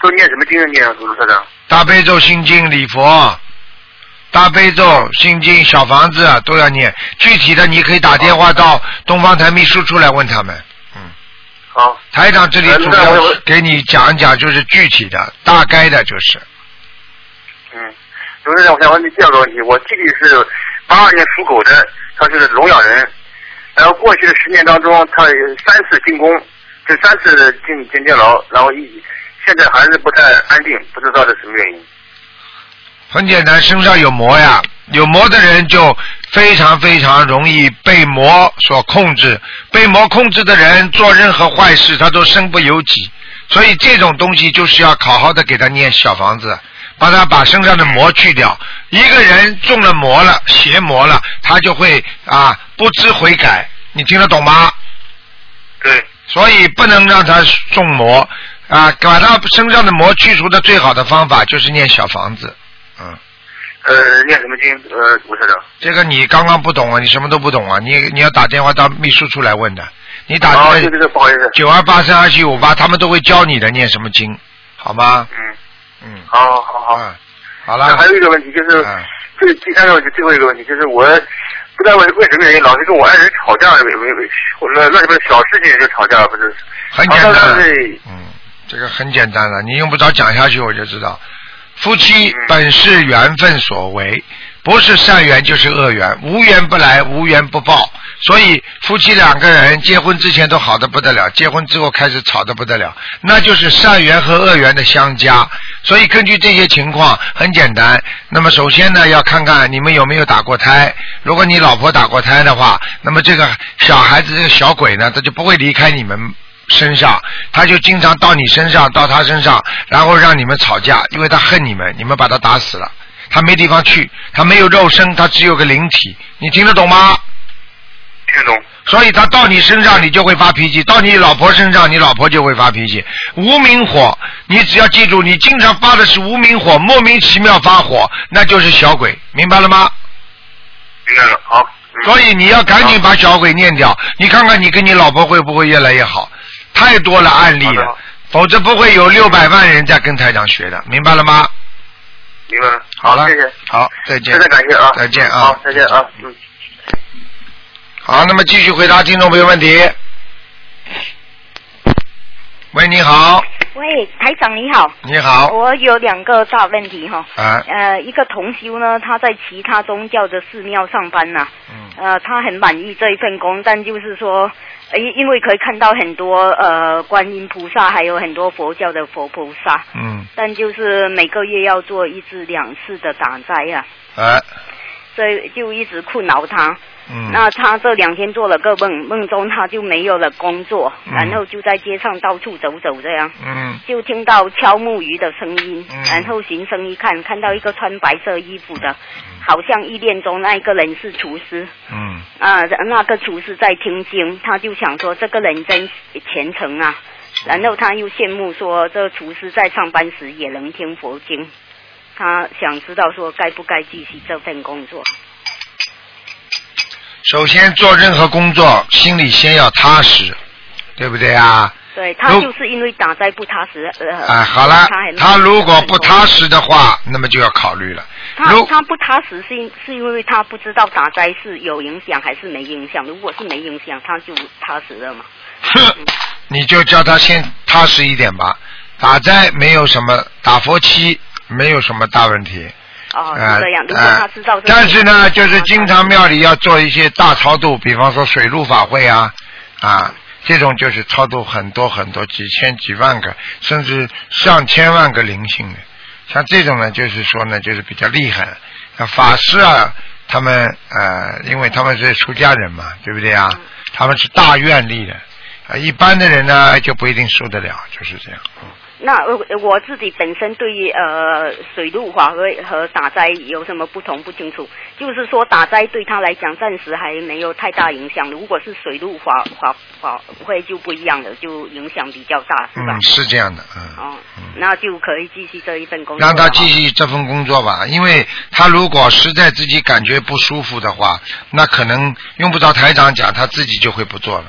S11: 都念什么经啊？念啊，卢社长。
S2: 大悲咒、心经、礼佛，大悲咒、心经、小房子啊都要念。具体的你可以打电话到东方台秘书处来问他们。
S11: 好，
S2: 台长这里
S11: 呃
S2: 主
S11: 那我
S2: 要
S11: 我
S2: 给你讲一讲，就是具体的、大概的，就是
S11: 嗯，卢社长，我想问你第二个问题。我弟弟是八二年属狗的，他是聋哑人，然后过去的十年当中，他有三次进宫，这三次进进监牢，然后一现在还是不太安定，不知道是什么原因。
S2: 很简单，身上有魔呀，有魔的人就非常非常容易被魔所控制，被魔控制的人做任何坏事，他都身不由己。所以这种东西就是要好好的给他念小房子，把他把身上的魔去掉。一个人中了魔了，邪魔了，他就会啊不知悔改。你听得懂吗？
S11: 对。
S2: 所以不能让他中魔啊，把他身上的魔去除的最好的方法就是念小房子。
S11: 呃，念什么经？呃，卢社长。
S2: 这个你刚刚不懂啊，你什么都不懂啊，你你要打电话到秘书处来问的，你打
S11: 啊，对对对，不好意思。
S2: 九二八三二七五八，他们都会教你的念什么经，好吗？
S11: 嗯
S2: 嗯，
S11: 好好好。那
S2: 好了嗯
S11: 还，有一个问题就是，这第三个问题，最后一个问题就是我不知道为为什么原因老是跟我爱人吵架，为为为我乱乱七八糟小事情就吵架，不是？
S2: 很简单啊
S11: 常常是
S2: 这个很简单了，你用不着讲下去，我就知道。夫妻本是缘分所为，不是善缘就是恶缘，无缘不来，无缘不报。所以夫妻两个人结婚之前都好的不得了，结婚之后开始吵得不得了，那就是善缘和恶缘的相加。所以根据这些情况，很简单。那么首先呢，要看看你们有没有打过胎。如果你老婆打过胎的话，那么这个小孩子这个小鬼呢，他就不会离开你们身上，他就经常到你身上，到他身上，然后让你们吵架，因为他恨你们，你们把他打死了，他没地方去，他没有肉身，他只有个灵体，你听得懂吗？
S11: 听懂。
S2: 所以他到你身上，你就会发脾气；到你老婆身上，你老婆就会发脾气。无名火，你只要记住，你经常发的是无名火，莫名其妙发火，那就是小鬼，明白了吗？
S11: 明白了，好。嗯
S2: 所以你要赶紧把小鬼念掉，你看看你跟你老婆会不会越来越好？太多了案例了，否则不会有六百万人在跟台长学的，明白了吗？
S11: 明白了。
S2: 好了
S11: 谢谢，
S2: 好，再见，
S11: 非常感谢啊，
S2: 再见啊
S11: 好，，再见啊，嗯。
S2: 好，那么继续回答听众朋友问题。喂，你好，
S12: 喂，台长你好。
S2: 你好
S12: 我有两个大问题哈。
S2: 啊
S12: 呃，一个同修呢，他在其他宗教的寺庙上班呐、
S2: 嗯
S12: 呃，他很满意这一份工，但就是说，呃因因为可以看到很多呃观音菩萨，还有很多佛教的佛菩萨，
S2: 嗯，
S12: 但就是每个月要做一至两次的打斋啊，
S2: 哎，
S12: 这就一直困扰他。
S2: 嗯，
S4: 啊
S12: 那他这两天做了个梦，梦中他就没有了工作，
S2: 嗯
S12: 然后就在街上到处走走这样。
S2: 嗯
S12: 就听到敲木鱼的声音，
S2: 嗯
S12: 然后循声一看，看到一个穿白色衣服的，好像意念中那一个人是厨师
S2: 嗯
S12: 啊、那个厨师在听经，他就想说这个人真虔诚啊，然后他又羡慕说这厨师在上班时也能听佛经，他想知道说该不该继续这份工作。
S2: 首先做任何工作，心里先要踏实，对不对啊？
S12: 对他
S2: 如
S12: 就是因为打在不踏实，呃，
S2: 啊，好了
S12: 他很，
S2: 他如果不踏实的话，那么就要考虑了。
S12: 他
S2: 如
S12: 他不踏实是因是因为他不知道打斋是有影响还是没影响。如果是没影响，他就踏实了嘛。嗯
S2: 你就叫他先踏实一点吧。打斋没有什么，打佛七没有什么大问题。
S12: 哦，
S2: 啊
S12: 是这样。如果
S2: 啊
S12: 他知道这个、
S2: 但是呢，就是经常庙里要做一些大超度，比方说水陆法会啊，啊，这种就是超度很多很多几千几万个，甚至上千万个灵性的。像这种呢，就是说呢，就是比较厉害了。那法师啊，他们呃，因为他们是出家人嘛，对不对
S12: 嗯
S2: 啊？他们是大愿力的，啊，一般的人呢就不一定受得了，就是这样。
S12: 那呃我自己本身对于呃水陆法会和打斋有什么不同不清楚，就是说打斋对他来讲暂时还没有太大影响，如果是水陆法法法会就不一样了，就影响比较大，是吧？
S2: 嗯，是这样的，嗯。
S12: 哦，那就可以继续这一份工作了。
S2: 让他继续这份工作吧，因为他如果实在自己感觉不舒服的话，那可能用不着台长讲，他自己就会不做了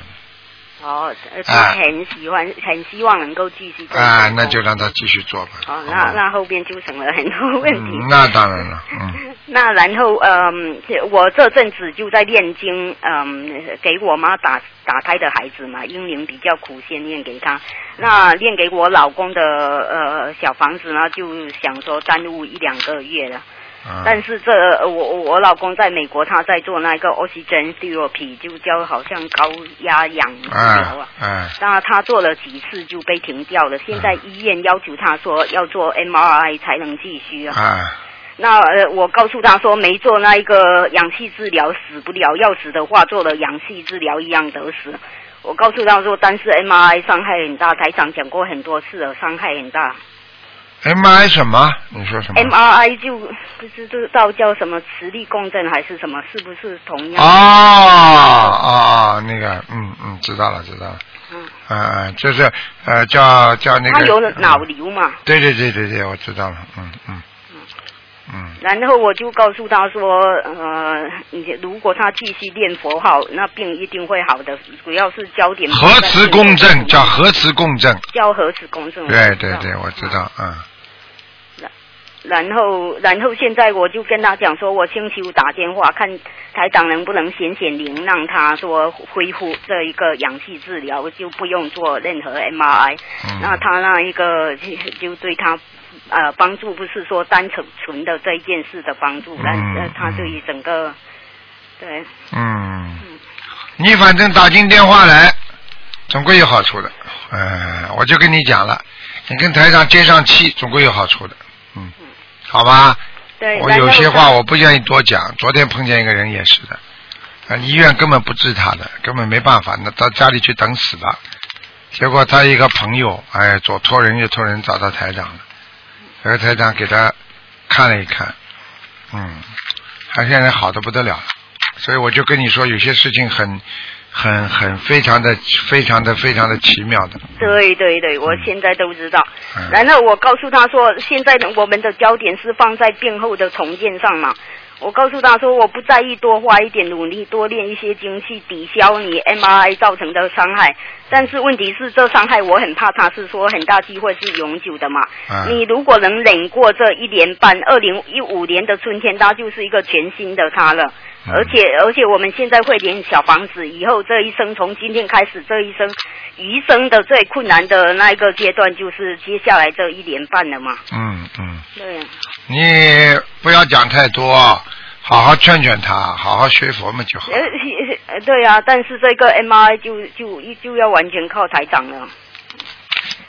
S12: 哦，呃他很喜欢，很希望能够继续这一份
S2: 啊，
S12: 工
S2: 那就让他继续做吧。
S12: 哦，那那后边就成了很多问题。
S2: 嗯，那当然了，嗯
S12: 那然后，嗯，这我这阵子就在念经，嗯，给我妈打打胎的孩子嘛，英灵比较苦，先念给她。那念给我老公的呃小房子呢，就想说耽误一两个月了。
S2: 嗯
S12: 但是这呃我我我老公在美国，他在做那个 oxygen therapy，就叫好像高压氧治疗
S2: 啊
S12: 啊。
S2: 啊
S12: 那他做了几次就被停掉了，现在医院要求他说要做 MRI 才能继续啊。
S2: 啊
S12: 那呃，我告诉他说没做那一个氧气治疗死不了，要死的话做了氧气治疗一样得死。我告诉他说，但是 MRI 伤害很大，台长讲过很多次了，伤害很大。
S2: ，M I 什么？你说什么
S12: MRI 就不知道叫什么磁力共振还是什么，是不是同
S2: 哦
S12: 样？
S2: 哦哦，那个，嗯嗯，知道了知道了，
S12: 嗯，
S2: 啊，就是呃，叫叫那个，
S12: 他有脑瘤嘛？
S2: 对对对对对，我知道了，嗯嗯嗯
S12: 然后我就告诉他说，呃，你如果他继续练佛号，那病一定会好的，主要是焦点
S2: 嗯，核磁共振叫核磁共振，
S12: 叫核磁共振。
S2: 对对对，我知道，嗯
S12: 然后，然后现在我就跟他讲说，我星期五打电话看台长能不能显显灵，让他说恢复这一个氧气治疗，就不用做任何 MRI。
S2: 嗯
S12: 那他那一个就对他呃帮助，不是说单纯纯的这一件事的帮助，但
S2: 嗯
S12: 呃他对于整个对
S2: 嗯，你反正打进电话来，总归有好处的，嗯，我就跟你讲了，你跟台长接上气，总归有好处的，嗯，好吧，
S12: 对。
S2: 我
S12: 然后
S2: 有些
S12: 他
S2: 话我不愿意多讲。昨天碰见一个人也是的，啊，医院根本不治他的，根本没办法，那到家里去等死吧。结果他一个朋友，哎，左托人右托人找到台长了，这个台长给他看了一看，嗯，他现在好的不得了了。所以我就跟你说，有些事情很、很、很非常的、非常的、非常的奇妙的。
S12: 对对对，
S13: 嗯
S12: 我现在都知道。
S2: 嗯
S12: 然后我告诉他说，现在的我们的焦点是放在病后的重建上嘛。我告诉他说，我不在意多花一点努力，多练一些精去抵消你 MRI 造成的伤害。但是问题是，这伤害我很怕，他是说很大机会是永久的嘛。
S13: 嗯
S12: 你如果能忍过这一年半，二零一五年的春天，他就是一个全新的他了。
S13: 嗯
S12: 而且而且我们现在会连小房子，以后这一生从今天开始，这一生余生的最困难的那一个阶段，就是接下来这一年半了嘛。
S2: 嗯嗯。
S12: 对，
S2: 你不要讲太多，好好劝劝他，好好学佛嘛就好。
S12: 呃呃，对啊，但是这个 MRI 就就就要完全靠台长了。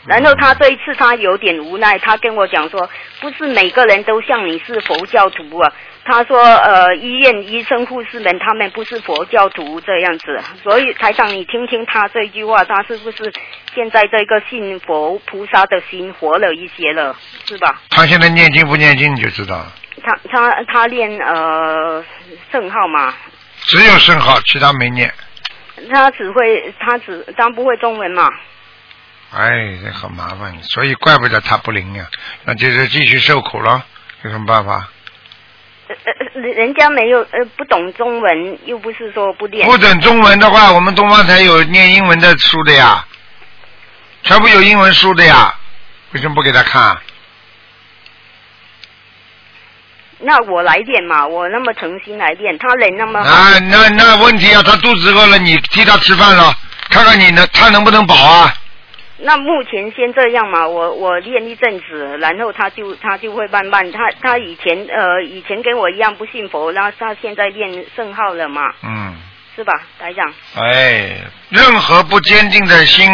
S12: 然后他这一次他有点无奈，他跟我讲说，不是每个人都像你是佛教徒啊。他说，呃，医院医生护士们他们不是佛教徒这样子，啊所以台长你听听他这句话，他是不是现在这个信佛菩萨的心活了一些了，是吧？
S2: 他现在念经不念经你就知道了，
S12: 他他他练呃圣号嘛，
S2: 只有圣号，其他没念。
S12: 他只会他只他不会中文嘛，
S2: 哎，这很麻烦，所以怪不得他不灵呀、那就是继续受苦了，有什么办法？
S12: 呃呃人家没有呃不懂中文，又不是说不练。
S2: 不懂中文的话，我们东方台有念英文的书的呀，全部有英文书的呀，为什么不给他看啊？
S12: 那我来练嘛，我那么诚心来练，他人那么好，
S2: 啊，那那问题啊，他肚子饿了，你替他吃饭了，看看你能他能不能饱啊？
S12: 那目前先这样嘛，我我练一阵子，然后他就他就会慢慢，他他以前呃以前跟我一样不信佛，然后他现在练圣号了嘛，
S2: 嗯，
S12: 是吧，台长？
S2: 哎，任何不坚定的心，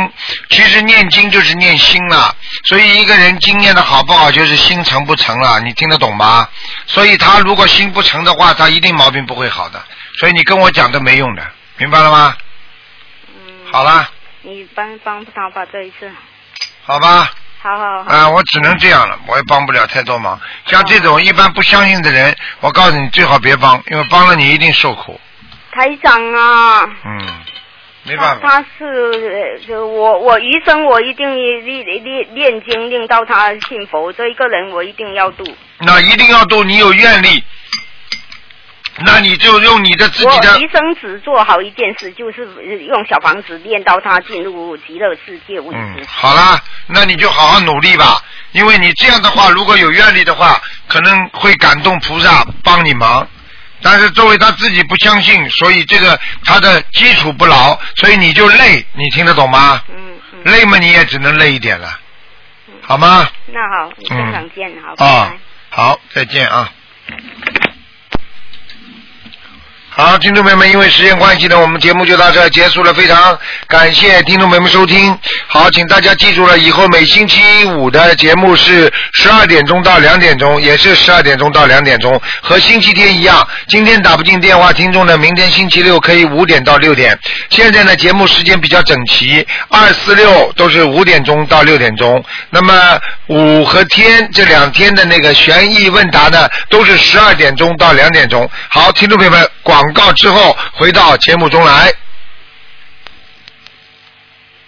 S2: 其实念经就是念心了。所以一个人经念的好不好，就是心诚不诚了。你听得懂吗？所以他如果心不诚的话，他一定毛病不会好的。所以你跟我讲都没用的，明白了吗？好啦，
S12: 你帮帮他吧这一次，
S2: 好吧。
S12: 好好好，
S2: 啊，我只能这样了，我也帮不了太多忙。像这种一般不相信的人，我告诉你最好别帮，因为帮了你一定受苦。
S12: 台长啊。
S2: 嗯，没办法。
S12: 他是呃就我我余生我一定练练练经，令到他信佛。这一个人我一定要度。
S2: 那一定要度你有愿力，那你就用你的自己
S12: 我
S2: 的
S12: 余生只做好一件事，就是呃用小房子练到他进入极乐世界为止。
S2: 嗯好啦，那你就好好努力吧，因为你这样的话，如果有愿力的话，可能会感动菩萨帮你忙。但是作为他自己不相信，所以这个他的基础不牢，所以你就累，你听得懂吗？
S12: 嗯。
S2: 累嘛，你也只能累一点了，好吗？
S12: 那好，
S2: 嗯
S12: 现场见，好，拜
S2: 啊
S12: 拜。，
S2: 好，再见啊。好，听众朋友们，因为时间关系呢，我们节目就到这儿结束了。非常感谢听众朋友们收听。好，请大家记住了，以后每星期五的节目是十二点钟到两点钟，也是十二点钟到两点钟，和星期天一样。今天打不进电话，听众呢，明天星期六可以五点到六点。现在呢，节目时间比较整齐，二四六都是五点钟到六点钟。那么五和天这两天的那个悬疑问答呢，都是十二点钟到两点钟。好，听众朋友们，广告之后回到节目中来。